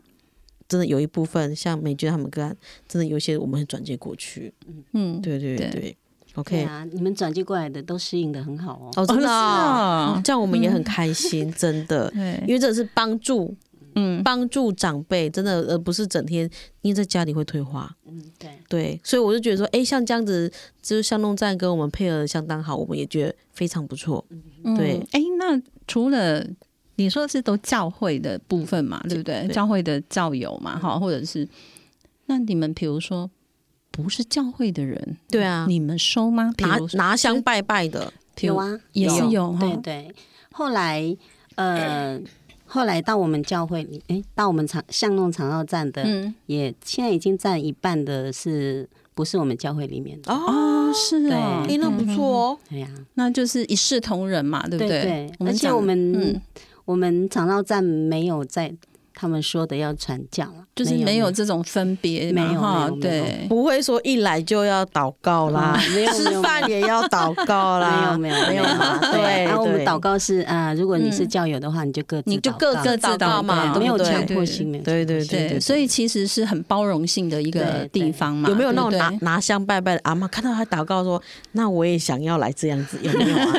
Speaker 2: 真的有一部分像美娟他们个案，真的有一些我们会转接过去。
Speaker 1: 嗯，
Speaker 2: 对对
Speaker 1: 对
Speaker 2: 对 o k
Speaker 3: 啊，你们转介过来的都适应的很好哦，啊
Speaker 2: 哦，真
Speaker 1: 哦是
Speaker 2: 的、
Speaker 1: 哦
Speaker 2: 这样我们也很开心，真的，因
Speaker 1: 对，
Speaker 2: 为这是帮助
Speaker 1: 嗯，
Speaker 2: 帮助长辈，真的，而呃不是整天因为在家里会退化。
Speaker 3: 嗯，对，
Speaker 2: 对，所以我就觉得说，哎，像这样子，就是巷弄站跟我们配合得相当好，我们也觉得非常不错。对
Speaker 1: 嗯哎、那除了你说的是都教会的部分嘛，对不对？
Speaker 2: 对嗯
Speaker 1: 教会的教友嘛，哈，或者是那你们比如说不是教会的人，
Speaker 2: 对啊，
Speaker 1: 你们收吗？比
Speaker 2: 拿
Speaker 1: 如说
Speaker 2: 拿香拜拜的，
Speaker 1: 比如
Speaker 3: 有啊，
Speaker 1: 也是
Speaker 3: 有，
Speaker 1: 有哈
Speaker 3: 对对，后来呃。后来到我们教会里，哎，到我们长巷弄长道站的，
Speaker 1: 嗯，
Speaker 3: 也现在已经占一半的是，不是我们教会里面的？
Speaker 1: 哦，是啊，
Speaker 2: 哎，那不错哦。
Speaker 3: 对呀、
Speaker 1: 那就是一视同仁嘛，对不
Speaker 3: 对
Speaker 1: 对
Speaker 3: 对而且
Speaker 1: 讲
Speaker 3: 我们
Speaker 1: 嗯，
Speaker 3: 我们长照站没有在他们说的要传教了，
Speaker 1: 就是没有这种分别嘛，
Speaker 3: 没有
Speaker 1: 哈
Speaker 3: 没有，没有
Speaker 1: 对，
Speaker 2: 不会说一来就要祷告啦，
Speaker 3: 嗯没有没
Speaker 2: 吃
Speaker 3: 有
Speaker 2: 饭也要祷告
Speaker 3: 没
Speaker 2: 啦，
Speaker 3: 有没有
Speaker 2: 没有嘛，
Speaker 3: 对，然后我们
Speaker 2: 对
Speaker 3: 祷告是啊，如果你是
Speaker 1: 嗯
Speaker 3: 教友的话，你就各自
Speaker 2: 你就
Speaker 3: 祷
Speaker 2: 各
Speaker 3: 告
Speaker 2: 自
Speaker 1: 自
Speaker 2: 告
Speaker 1: 祷
Speaker 2: 嘛，
Speaker 1: 告
Speaker 2: 对
Speaker 3: 没
Speaker 2: 不
Speaker 3: 有
Speaker 2: 对
Speaker 3: 强迫
Speaker 1: 对
Speaker 3: 性，没有
Speaker 2: 对对
Speaker 1: 对，所以其实是很包容性的一个
Speaker 3: 对
Speaker 1: 地
Speaker 3: 对
Speaker 1: 方嘛，
Speaker 2: 有没有那种
Speaker 1: 对不
Speaker 2: 拿
Speaker 1: 对
Speaker 2: 拿香拜拜的阿妈看到他祷告说，那我也想要来这样子，有没有啊？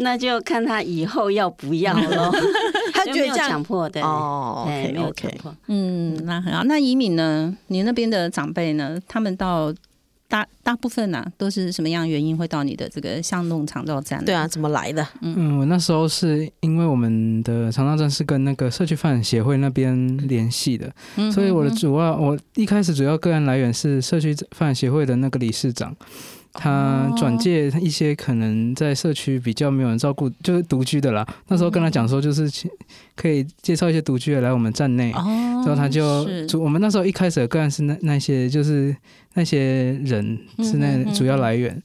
Speaker 3: 那就看他以后要不要喽。
Speaker 2: 他
Speaker 3: 就
Speaker 2: 觉得
Speaker 3: 没有
Speaker 2: 这
Speaker 3: 强
Speaker 2: 样
Speaker 3: 迫的，
Speaker 2: 哦
Speaker 3: 对，哎没有强
Speaker 2: ，OK，OK，
Speaker 3: 迫。
Speaker 1: 嗯，那很好。那移民呢？你那边的长辈呢？他们到大大部分呢、都是什么样的原因会到你的这个巷弄长照站？
Speaker 2: 对，啊，怎么来的？
Speaker 4: 嗯，我那时候是因为我们的长照站是跟那个社区发展协会那边联系的，
Speaker 1: 嗯
Speaker 4: 所以我的
Speaker 1: 嗯
Speaker 4: 主要我一开始主要个案来源是社区发展协会的那个理事长，他
Speaker 1: 哦
Speaker 4: 转介一些可能在社区比较没有人照顾，就是独居的啦。那时候跟他讲说，就是请可以介绍一些独居的来我们站内。
Speaker 1: 哦，
Speaker 4: 之后他就是主，我们那时候一开始的个案是那那些就是那些人是
Speaker 1: 嗯
Speaker 4: 那
Speaker 1: 哼嗯哦
Speaker 4: 主要来源。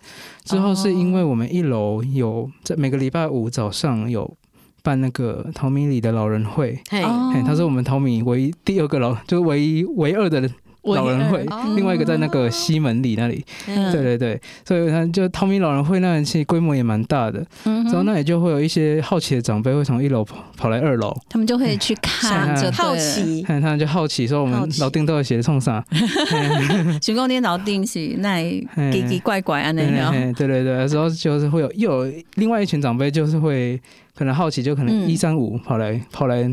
Speaker 4: 之后是因为我们一楼有在每个礼拜五早上有办那个淘米里的老人会，
Speaker 2: 嘿，
Speaker 1: 哦
Speaker 4: 嘿，他是我们淘米唯一第二个老，就是唯一唯二的老人会，另外一个在那个西门里那里。
Speaker 2: 哦嗯
Speaker 4: 对对对，所以他就淘米老人会那里其实规模也蛮大的，
Speaker 1: 嗯
Speaker 4: 然后那里就会有一些好奇的长辈会从一楼跑跑来二
Speaker 2: 嗯
Speaker 4: 楼，
Speaker 1: 他们就会去 看，
Speaker 4: 是
Speaker 1: 就
Speaker 4: 啊
Speaker 2: 好， 奇，
Speaker 4: 看他们就好奇说我
Speaker 2: 好
Speaker 4: 们
Speaker 2: 奇
Speaker 4: 老丁到底写的冲啥，
Speaker 1: 巡工电脑定是那
Speaker 4: 嘿
Speaker 1: 奇奇怪怪啊那
Speaker 4: 嘿
Speaker 1: 样。
Speaker 2: 哦
Speaker 4: 嘿对对对，然后就是会有又有另外一群长辈就是会可能好奇，就可能
Speaker 1: 嗯
Speaker 4: 一三五跑来跑来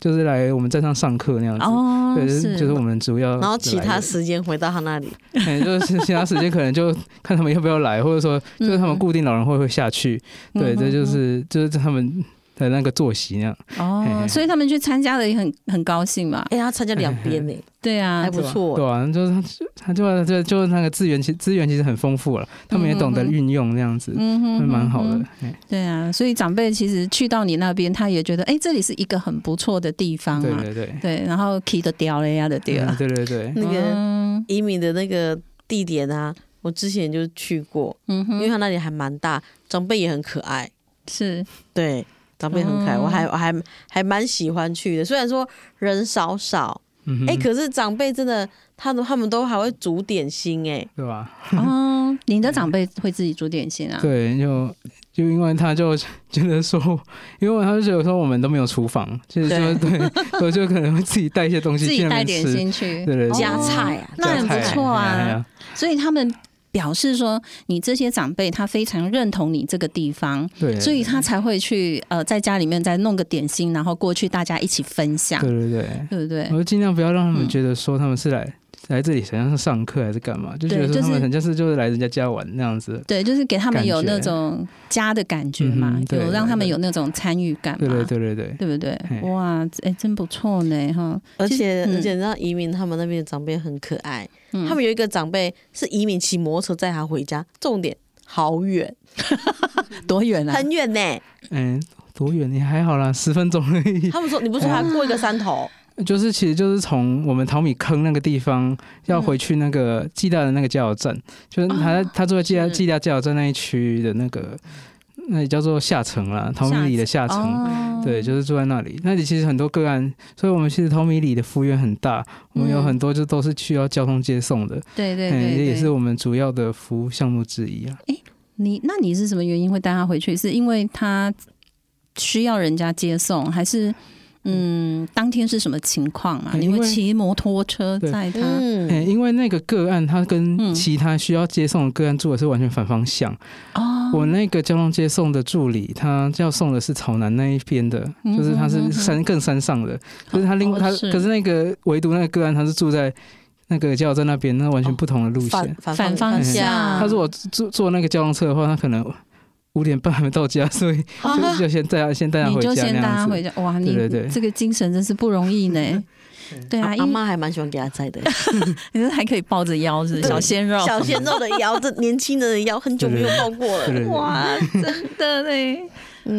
Speaker 4: 就是来我们站上上课那样子。
Speaker 1: 哦，
Speaker 4: 对，就是
Speaker 1: 是
Speaker 4: 就是我们主要的来源，
Speaker 2: 然后其他时间回到他那里，
Speaker 4: 哎，就是其他时间可能就看他们要不要来，或者说就是他
Speaker 1: 嗯
Speaker 4: 们固定老人会会下去，对，
Speaker 1: 嗯
Speaker 4: 这就
Speaker 1: 嗯
Speaker 4: 是就是他们的那个作息那样。嘿
Speaker 1: 哦，
Speaker 4: 嘿
Speaker 1: 所以他们去参加的也很很高兴嘛。
Speaker 2: 哎，他参加两边呢，
Speaker 1: 对啊，
Speaker 2: 还不嗯错
Speaker 4: 对，啊，就是他他就就就那个资源，其资源其实很丰富了，他们也懂得
Speaker 1: 嗯嗯嗯
Speaker 4: 运用这样子，
Speaker 1: 嗯哼，嗯
Speaker 4: 会
Speaker 1: 哼，
Speaker 4: 蛮好的。哎
Speaker 1: 对啊，所以长辈其实去到你那边，他也觉得，哎、这里是一个很不错的地方
Speaker 4: 对
Speaker 1: 嘛。
Speaker 4: 对对，
Speaker 1: 对，然后 key 的掉了呀的对
Speaker 4: 嗯
Speaker 1: 了。
Speaker 4: 对对对，
Speaker 2: 那个
Speaker 1: 嗯
Speaker 2: 移民的那个地点啊，我之前就去过，
Speaker 1: 嗯
Speaker 2: 因为
Speaker 1: 哼，
Speaker 2: 他那里还蛮大，长辈也很可爱，
Speaker 1: 是
Speaker 2: 对，长辈很可爱，
Speaker 1: 嗯
Speaker 2: 我还我还还蛮喜欢去的，虽然说人少少，
Speaker 4: 嗯哼，
Speaker 2: 哎，可是长辈真的，他们他们都还会煮点心，哎，
Speaker 4: 对吧？
Speaker 1: 哦，您的长辈会自己煮点心啊？
Speaker 4: 对，就就因为他就觉得说，因为他就觉得说我们都没有厨房，就是说对， 我就可能会自己带一些东西
Speaker 1: 自
Speaker 4: 去
Speaker 1: 己
Speaker 4: 那
Speaker 1: 带
Speaker 4: 边
Speaker 1: 点
Speaker 4: 吃，
Speaker 1: 心去，
Speaker 4: 对对对
Speaker 2: 加
Speaker 1: 哦
Speaker 2: 菜啊
Speaker 1: 那很
Speaker 4: 加
Speaker 1: 不
Speaker 4: 菜
Speaker 1: 错
Speaker 4: 哎呀哎
Speaker 1: 啊。
Speaker 4: 呀
Speaker 1: 所以他们表示说，你这些长辈他非常认同你这个地方，
Speaker 4: 对，对
Speaker 1: 所以他才会去呃，在家里面再弄个点心，然后过去大家一起分享，
Speaker 4: 对对对。
Speaker 1: 对不对
Speaker 4: 我？就尽量不要让他
Speaker 1: 嗯
Speaker 4: 们觉得说他们是来、来这里好像是上课还是干嘛，就觉
Speaker 1: 对就
Speaker 4: 得说他
Speaker 1: 是
Speaker 4: 们很像是就是来人家家玩那样子。
Speaker 1: 对，就是给他们有
Speaker 4: 感觉
Speaker 1: 那种家的感觉嘛，
Speaker 4: 嗯哼对
Speaker 1: 有让他们有那种参与感嘛，
Speaker 4: 对对对对对，
Speaker 1: 对不对？
Speaker 4: 嘿
Speaker 1: 哇，哎、真不错呢哈！
Speaker 2: 而
Speaker 1: 其实
Speaker 2: 且
Speaker 1: 嗯
Speaker 2: 而且你知道移民他们那边的长辈很可爱，
Speaker 1: 嗯
Speaker 2: 他们有一个长辈是移民骑摩托车载他回家，重点好远，
Speaker 1: 多远啊？
Speaker 2: 很远呢、
Speaker 4: 嗯、多远？你还好啦， 十分钟而已。
Speaker 2: 他们说你
Speaker 1: 嗯
Speaker 2: 不是说还过一个山头，
Speaker 4: 就是其实就是从我们淘米坑那个地方要回去那个暨大的那个加油站，就是
Speaker 1: 啊
Speaker 4: 他在、他住在暨大
Speaker 2: 是
Speaker 4: 暨大加油站那一区的那个，那里叫做下城啦，淘米里的下城。
Speaker 1: 哦
Speaker 4: 对，就是住在那里。那里其实很多个案，所以我们其实淘米里的幅员很大，我们有
Speaker 1: 嗯
Speaker 4: 很多就都是需要交通接送的。
Speaker 1: 对对
Speaker 4: 嗯，
Speaker 1: 对
Speaker 4: 这
Speaker 1: 对，
Speaker 4: 也是我们主要的服务项目之一啊。
Speaker 1: 你。那你是什么原因会带他回去？是因为他需要人家接送，还是嗯，当天是什么情况嘛？
Speaker 4: 嗯
Speaker 1: 你
Speaker 4: 因
Speaker 1: 会
Speaker 4: 为
Speaker 1: 骑摩托车
Speaker 4: 对
Speaker 1: 载他？
Speaker 4: 嗯，
Speaker 2: 嗯，
Speaker 4: 因为那个个案，它
Speaker 1: 嗯
Speaker 4: 跟其他需要接送的个案住的是完全反方向。
Speaker 1: 哦，
Speaker 4: 我那个交通接送的助理，他要送的是草南那一边的，
Speaker 1: 嗯
Speaker 4: 就是他
Speaker 1: 嗯嗯
Speaker 4: 是山更山上的，可是他另
Speaker 1: 哦
Speaker 4: 外他
Speaker 1: 是
Speaker 4: 可是那个唯独那个个案，他是住在那个加油站那边，那完全不同的路
Speaker 2: 反
Speaker 4: 线。
Speaker 2: 反
Speaker 1: 哦反方
Speaker 2: 向，
Speaker 1: 向
Speaker 4: 他如果坐坐那个交通车的话，他可能五点半还没到家，所以
Speaker 2: 哦
Speaker 4: 就就先带他先带他
Speaker 1: 啊你
Speaker 4: 回
Speaker 1: 就
Speaker 4: 家
Speaker 1: 先
Speaker 4: 那
Speaker 1: 带他
Speaker 4: 样
Speaker 1: 回
Speaker 4: 子。
Speaker 1: 家，哇，你
Speaker 4: 对对对
Speaker 1: 这个精神真是不容 易呢。对啊，
Speaker 2: 阿
Speaker 1: 因
Speaker 2: 阿
Speaker 1: 为
Speaker 2: 妈还蛮喜欢给他 载的，
Speaker 1: 你是还可以抱着腰，是不是
Speaker 2: 对
Speaker 1: 小鲜肉，
Speaker 2: 小鲜肉的腰，这年轻人的腰很久没有抱过
Speaker 4: 对对
Speaker 2: 了，
Speaker 4: 对
Speaker 1: 哇，真的嘞！
Speaker 2: 嗯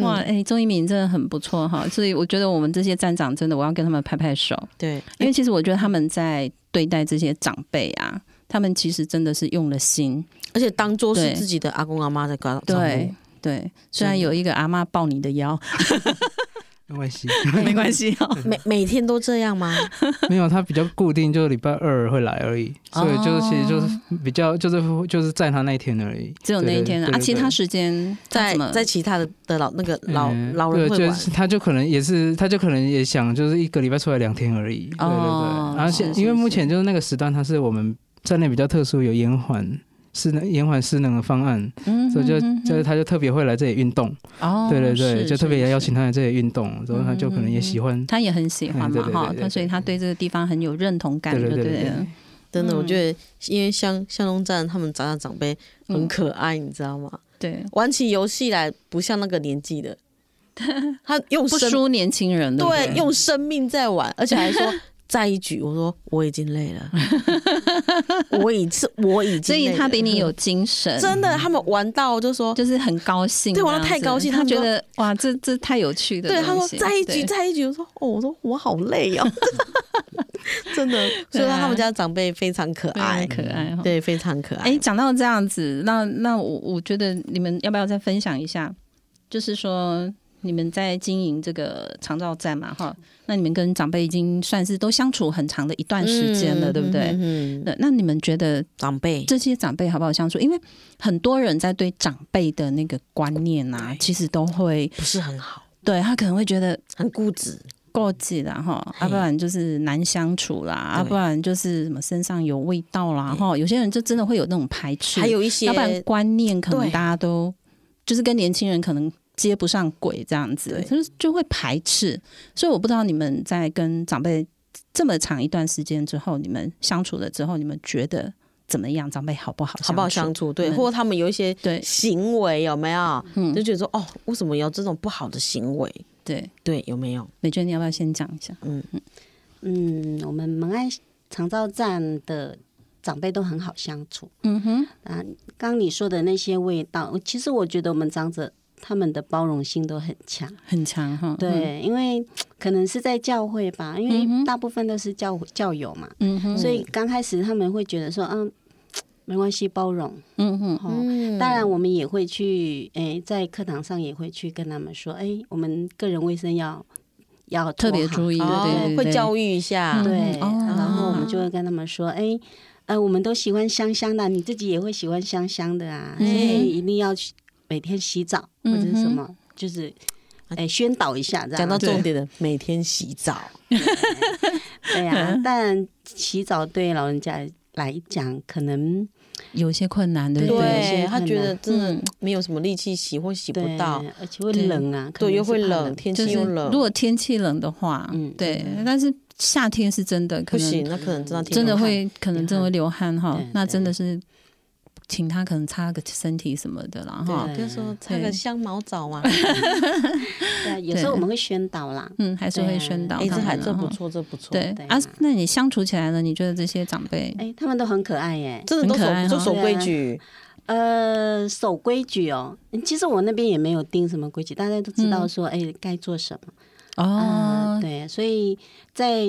Speaker 1: 哇，哎、钟一鸣真的很不错哈，所以我觉得我们这些站长真的，我要跟他们拍拍手，
Speaker 2: 对，
Speaker 1: 因为其实我觉得他们在对待这些长辈啊，他们其实真的是用了心，
Speaker 2: 而且当做
Speaker 1: 对
Speaker 2: 是自己的阿公阿妈在搞，
Speaker 1: 对。对，虽然有一个阿妈抱你的腰，
Speaker 4: 没关系，
Speaker 1: 没关系哦。
Speaker 2: 每每天都这样吗？
Speaker 4: 没有，他比较固定，就是礼拜二会来而已，所以就是
Speaker 1: 哦
Speaker 4: 其实就是比较就是就是在他那一天而已，
Speaker 1: 只有那一天啊，
Speaker 4: 对对对
Speaker 1: 啊其他
Speaker 4: 对
Speaker 1: 时间他
Speaker 2: 在
Speaker 1: 怎么
Speaker 2: 在其他的的老那个老
Speaker 4: 嗯
Speaker 2: 老人会
Speaker 4: 对，就
Speaker 2: 玩，
Speaker 4: 是他就可能也是，他就可能也想就是一个礼拜出来两天而已，对对
Speaker 1: 哦
Speaker 4: 对。然后现
Speaker 1: 是是
Speaker 4: 因为目
Speaker 1: 是
Speaker 4: 前就是那个时段，它是我们站内比较特殊，有延缓。失能延缓失能的方案，
Speaker 1: 嗯
Speaker 4: 所以就
Speaker 1: 嗯嗯
Speaker 4: 就是他就特别会来这里运动，
Speaker 1: 哦，
Speaker 4: 对对对，
Speaker 1: 是
Speaker 4: 就特别
Speaker 1: 是嗯
Speaker 4: 邀请他来这里运动，然后他就可能也喜欢，
Speaker 1: 他也很喜欢
Speaker 4: 嗯对
Speaker 1: 嘛
Speaker 4: 对对
Speaker 1: 哈，
Speaker 4: 对
Speaker 1: 他所以他对这个地方很有认同感，
Speaker 4: 对对
Speaker 1: 就
Speaker 4: 对
Speaker 1: 对
Speaker 4: 对对
Speaker 1: 了。
Speaker 2: 真的，我
Speaker 1: 嗯
Speaker 2: 觉得因为像向东站他们长大长辈很
Speaker 1: 嗯
Speaker 2: 可爱，你知道吗？
Speaker 1: 对，
Speaker 2: 玩起游戏来不像那个年纪 的，他用
Speaker 1: 不
Speaker 2: 生
Speaker 1: 输年轻人，对不
Speaker 2: 对
Speaker 1: 对，
Speaker 2: 用生命在玩，而且 还说再一局，我说我已经累了，我已是我已经累
Speaker 1: 所
Speaker 2: 了，
Speaker 1: 以他比你有精神，
Speaker 2: 真的，他们玩到就说，
Speaker 1: 就是很高兴这
Speaker 2: 对
Speaker 1: 样子，
Speaker 2: 玩得太高兴
Speaker 1: 他
Speaker 2: 他们
Speaker 1: 觉
Speaker 2: 说
Speaker 1: 得哇，这这太有趣的
Speaker 2: 对
Speaker 1: 东西，
Speaker 2: 他说再一
Speaker 1: 对
Speaker 2: 局再一局，我说哦，我说我好累 哦，真的，所以
Speaker 1: 对啊
Speaker 2: 他们家长辈非常可
Speaker 1: 非常
Speaker 2: 爱，
Speaker 1: 可爱哈。
Speaker 2: 对，非常可爱
Speaker 1: 嗯哎，。讲到这样子，那那我我觉得你们要不要再分享一下？就是说你们在经营这个长照站嘛，哈，那你们跟长辈已经算是都相处很长的一段时间了，
Speaker 2: 嗯
Speaker 1: 对不对？
Speaker 2: 嗯，嗯嗯
Speaker 1: 那那你们觉得
Speaker 2: 长辈
Speaker 1: 这些长辈好不好相处？因为很多人在对长辈的那个观念啊，其实都会
Speaker 2: 不是很好，
Speaker 1: 对他可能会觉得
Speaker 2: 很固执，
Speaker 1: 过季啦哈，要、
Speaker 2: 嘿
Speaker 1: 不然就是难相处啦，要、
Speaker 2: 对
Speaker 1: 不然就是什么身上有味道啦哈、有些人就真的会有那种排斥，
Speaker 2: 还有一些
Speaker 1: 要不然观念可能
Speaker 2: 对
Speaker 1: 大家都就是跟年轻人可能接不上轨这样子
Speaker 2: 对，
Speaker 1: 就是就会排斥。所以我不知道你们在跟长辈这么长一段时间之后，你们相处了之后，你们觉得怎么样？长辈好不好？
Speaker 2: 好不好相？处？对，
Speaker 1: 嗯
Speaker 2: 或者他们有一些
Speaker 1: 对
Speaker 2: 行为有没有？
Speaker 1: 嗯
Speaker 2: 就，觉得说哦，为什么有这种不好的行为？
Speaker 1: 对，
Speaker 2: 对，有没有？
Speaker 1: 美娟，你要不要先讲一下？
Speaker 3: 嗯，我们蒙爱长照站的长辈都很好相处。
Speaker 1: 嗯哼，
Speaker 3: 啊，刚刚你说的那些味道，其实我觉得我们长者他们的包容性都很强。
Speaker 1: 很强哈，
Speaker 3: 对，因为可能是在教会吧，因
Speaker 1: 嗯哼
Speaker 3: 为大部分都是教教友嘛，
Speaker 1: 嗯哼，
Speaker 3: 所以刚开始他们会觉得说，嗯，没关系，包容。
Speaker 1: 嗯哼，
Speaker 3: 哦，当然我们也会去，诶，在课堂上也会去跟他们说，哎，我们个人卫生要要
Speaker 1: 特别注
Speaker 3: 意。
Speaker 1: 意，对对对，
Speaker 2: 哦会
Speaker 1: 对
Speaker 2: 教育一下。
Speaker 3: 对，
Speaker 1: 嗯哦
Speaker 3: 然后我们就会跟他们说，哎、呃，我们都喜欢香香的，你自己也会喜欢香香的啊，
Speaker 1: 嗯
Speaker 3: 所以一定要去每天洗澡或者是什么，就是哎、宣导一下这
Speaker 2: 嗯
Speaker 3: 样。
Speaker 2: 讲到
Speaker 3: 对
Speaker 2: 重点的，每天洗澡，
Speaker 3: 对啊，但洗澡对老人家来讲，可能
Speaker 1: 有些困难，对不
Speaker 3: 对有
Speaker 1: 对？
Speaker 3: 些
Speaker 2: 他
Speaker 3: 困
Speaker 2: 觉
Speaker 3: 难
Speaker 2: 得真
Speaker 1: 嗯
Speaker 2: 的没有什么力气洗或洗不
Speaker 3: 对
Speaker 2: 到，，
Speaker 3: 而且会
Speaker 1: 对
Speaker 3: 冷啊，可
Speaker 2: 对，
Speaker 3: 能
Speaker 2: 又
Speaker 3: 是
Speaker 2: 会
Speaker 3: 怕
Speaker 2: 冷，天
Speaker 1: 就
Speaker 2: 气
Speaker 1: 是
Speaker 2: 又冷
Speaker 1: 如，果天气冷的话，
Speaker 3: 嗯
Speaker 1: 对，但是夏天是真的可
Speaker 2: 不行，
Speaker 1: 能
Speaker 2: 那可能真的挺
Speaker 1: 真的
Speaker 2: 有汗
Speaker 1: 会，可能真的会流汗哈
Speaker 3: 对对，
Speaker 1: 那真的是请他可能擦个身体什么的啦哈。
Speaker 2: 对就说擦
Speaker 1: 对
Speaker 2: 个香茅澡
Speaker 1: 啊
Speaker 2: 嘛，
Speaker 3: 对啊，有时候
Speaker 1: 对
Speaker 3: 我们会宣导啦。
Speaker 1: 嗯，还是会宣导
Speaker 2: 哎，
Speaker 1: 他
Speaker 2: 这
Speaker 1: 们
Speaker 2: 还
Speaker 1: 啦
Speaker 2: 这不
Speaker 1: 哈。
Speaker 2: 错，这不错，
Speaker 1: 嗯对
Speaker 3: 对
Speaker 1: 啊
Speaker 3: 啊，
Speaker 1: 那你相处起来呢？你觉得这些长辈
Speaker 3: 哎，他们都很可爱耶。
Speaker 2: 真的都
Speaker 1: 很可爱
Speaker 2: 守
Speaker 1: 哈
Speaker 2: 就守
Speaker 3: 对啊
Speaker 2: 规矩，
Speaker 3: 呃，守规矩哦。其实我那边也没有定什么规矩，大家都知
Speaker 2: 嗯
Speaker 3: 道说，哎、该做什么。啊，
Speaker 1: 哦，
Speaker 3: 对，所以在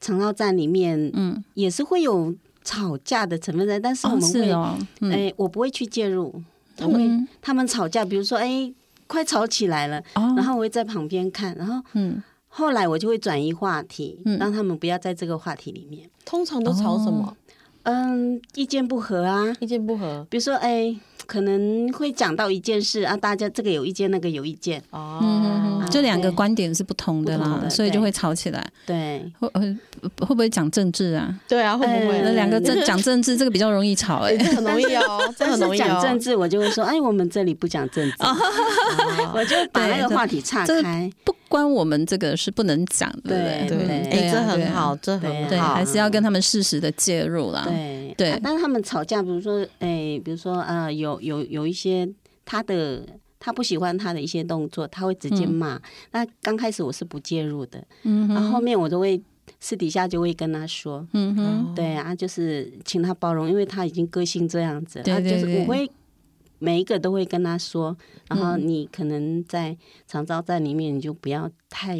Speaker 3: 长照站里面
Speaker 1: 嗯，
Speaker 3: 也是会有吵架的成分在，但是我
Speaker 1: 哦
Speaker 3: 们
Speaker 1: 是
Speaker 3: 会，哎、
Speaker 1: 哦，嗯，
Speaker 3: 我不会去介入，我会、
Speaker 1: 嗯
Speaker 3: 他们吵架，比如说，哎、快吵起来了，
Speaker 1: 哦，
Speaker 3: 然后我会在旁边看，然后
Speaker 1: 嗯，
Speaker 3: 后来我就会转移话题，
Speaker 1: 嗯
Speaker 3: 让他们不要在这个话题里面，
Speaker 2: 通常都吵什
Speaker 1: 哦
Speaker 2: 么？
Speaker 3: 嗯，意见不合啊，
Speaker 2: 意见不合
Speaker 3: 比如说，哎、可能会讲到一件事啊，大家这个有意见，那个有意见，
Speaker 2: 啊，
Speaker 1: 嗯嗯嗯，
Speaker 3: 啊
Speaker 1: 这两个
Speaker 3: 对
Speaker 1: 观点是不同的
Speaker 3: 不
Speaker 1: 啦，
Speaker 3: 同的
Speaker 1: 所以就
Speaker 3: 对
Speaker 1: 会吵起来。
Speaker 3: 对，
Speaker 1: 会会会不会讲政治啊？
Speaker 2: 对啊，会不
Speaker 3: 哎
Speaker 2: 会
Speaker 1: 那？两个政讲政治这个比较容易吵哎、
Speaker 2: 哎，这很容易 哦，这
Speaker 3: 但
Speaker 2: 很容
Speaker 3: 是
Speaker 2: 易
Speaker 3: 讲政
Speaker 2: 哦。
Speaker 3: 治，我就会说，哎，我们这里不讲政治，
Speaker 1: 哦啊
Speaker 3: 我就啊把那个话题岔
Speaker 1: 这
Speaker 3: 开。
Speaker 1: 不关我们这个是不能讲的，对
Speaker 3: 对
Speaker 1: 不
Speaker 2: 对，
Speaker 1: 对？
Speaker 2: 哎，这
Speaker 1: 对
Speaker 2: 很
Speaker 1: 啊
Speaker 2: 好，这
Speaker 3: 对
Speaker 2: 很
Speaker 1: 对
Speaker 3: 啊
Speaker 1: 啊，对，
Speaker 2: 好
Speaker 1: 还。是要跟他们适时的介入啦。
Speaker 3: 对
Speaker 1: 嗯对
Speaker 3: 啊但是他们吵架，比如说，哎，比如说，呃，有有有一些他的他不喜欢他的一些动作，他会直接骂。那刚开始我是不介入的，
Speaker 1: 嗯
Speaker 3: 然后后
Speaker 1: 哼，
Speaker 3: 面我都会私底下就会跟他说，
Speaker 1: 嗯哼，
Speaker 3: 对啊，就是请他包容，因为他已经个性这样子了，
Speaker 1: 对对
Speaker 3: 啊、就是
Speaker 1: 对
Speaker 3: 我会每一个都会跟他说，然后
Speaker 1: 嗯
Speaker 3: 你可能在长照站里面，你就不要太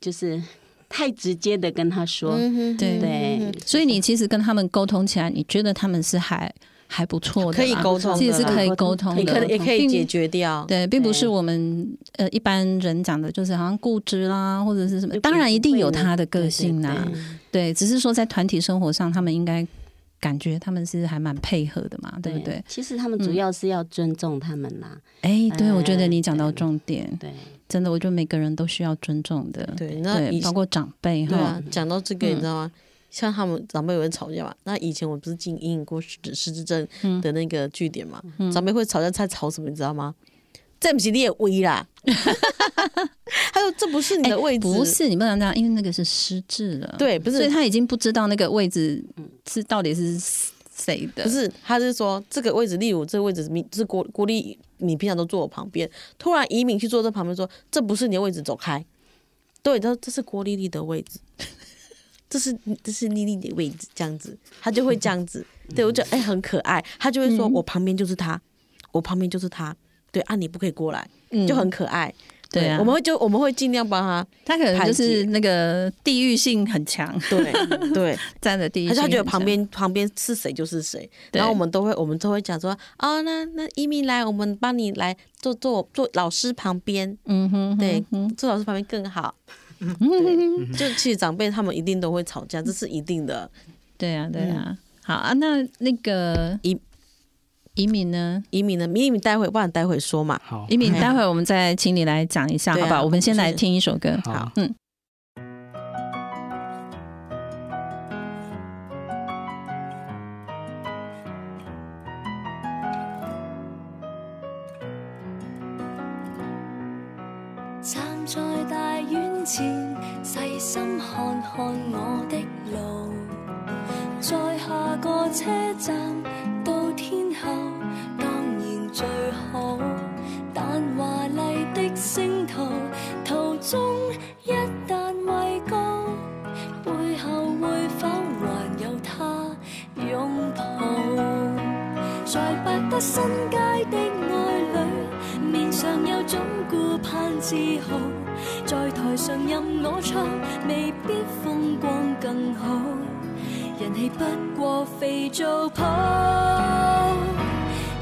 Speaker 3: 就是太直接的跟他说，
Speaker 2: 嗯哼
Speaker 1: 对
Speaker 3: 对，
Speaker 1: 所以你其实跟他们沟通起来，你觉得他们是还还不错的啦，
Speaker 2: 可以沟通的
Speaker 1: 其实是
Speaker 2: 啦
Speaker 1: 可以沟通
Speaker 3: 可以
Speaker 2: 嗯可
Speaker 1: 的，
Speaker 2: 能也可以
Speaker 1: 并
Speaker 2: 解决掉。
Speaker 1: 对，并不
Speaker 3: 对
Speaker 1: 是我们呃一般人讲的，就是好像固执啦，或者是什么。
Speaker 3: 就
Speaker 1: 当
Speaker 3: 不
Speaker 1: 然，一定
Speaker 3: 会
Speaker 1: 有
Speaker 3: 呢
Speaker 1: 他的个
Speaker 3: 对对
Speaker 1: 性呐、
Speaker 3: 对
Speaker 1: 对，只是说在团体生活上，他们应该感觉他们是还蛮配合的嘛，对不对？嗯
Speaker 3: 其实他们主要是要尊重他们啦，
Speaker 1: 哎，对，我觉得
Speaker 3: 嗯
Speaker 1: 你讲到
Speaker 3: 对
Speaker 1: 重点，
Speaker 3: 对，
Speaker 1: 真的，我觉得每个人都需要尊重的，
Speaker 2: 对，那
Speaker 1: 对，
Speaker 2: 以
Speaker 1: 包括长辈
Speaker 2: 对啊
Speaker 1: 哈，，
Speaker 2: 讲到这个，
Speaker 1: 嗯
Speaker 2: 你知道吗？像他们长辈有人吵架嘛，那以前我不是经营过失智失智症的那个据点嘛，长辈会吵架，在吵什么你知道吗？这不是你的 位啦，还有这不是你的位置，
Speaker 1: 哎不是你不能这样，因为那个是失智了，，
Speaker 2: 对，不
Speaker 1: 所以
Speaker 2: 是嗯
Speaker 1: 他已经不知道那个位置是到底是谁的，
Speaker 2: 不是，他是说这个位置，例如这个位置是你是郭郭丽，你平常都坐我旁边，突然移民去坐这旁边说这不是你的位置，走开。对，他说这是郭丽丽的位置，这是这是丽丽的位置，这样子，他就会这样子。对我就哎、很可爱，他就会
Speaker 1: 嗯
Speaker 2: 说、我旁边就是他，我旁边就是他。对啊，你不可以过来，就很可爱。
Speaker 1: 嗯对啊
Speaker 2: 我们会就我们会尽量帮他。
Speaker 1: 他可能就
Speaker 2: 排
Speaker 1: 是那个地域性很强，
Speaker 2: 对对，
Speaker 1: 站的地域
Speaker 2: 他
Speaker 1: 性
Speaker 2: 就他
Speaker 1: 很强，
Speaker 2: 觉得旁边旁边是谁就是谁，
Speaker 1: 对
Speaker 2: 然后我们都会我们都会讲说，哦，那那一鸣来，我们帮你来坐坐坐老师旁边，
Speaker 1: 嗯哼，嗯哼
Speaker 2: 对，坐老师旁边更好。对，就其实长辈他们一定都会吵架，这是一定的。
Speaker 1: 对啊，对
Speaker 2: 嗯
Speaker 1: 啊。好啊，那那个
Speaker 2: 移
Speaker 1: 移民呢？
Speaker 2: 移民呢，移民待会，不然待会说嘛。
Speaker 4: 好，
Speaker 1: 移民，待会儿我们再请你来讲一下，
Speaker 2: 哎对啊
Speaker 1: 好不好？我们先来
Speaker 2: 是
Speaker 1: 听一首歌。
Speaker 4: 好，
Speaker 1: 嗯。
Speaker 5: 站在大院前，細心看看我的路。在下個車站到天后，當然最好。但華麗的星途途中，一旦畏高，背後會否還有他擁抱？在百德新街的愛侶，面上有種顧盼自豪，在台上任我唱，未必風光更好，人氣不過肥皂泡。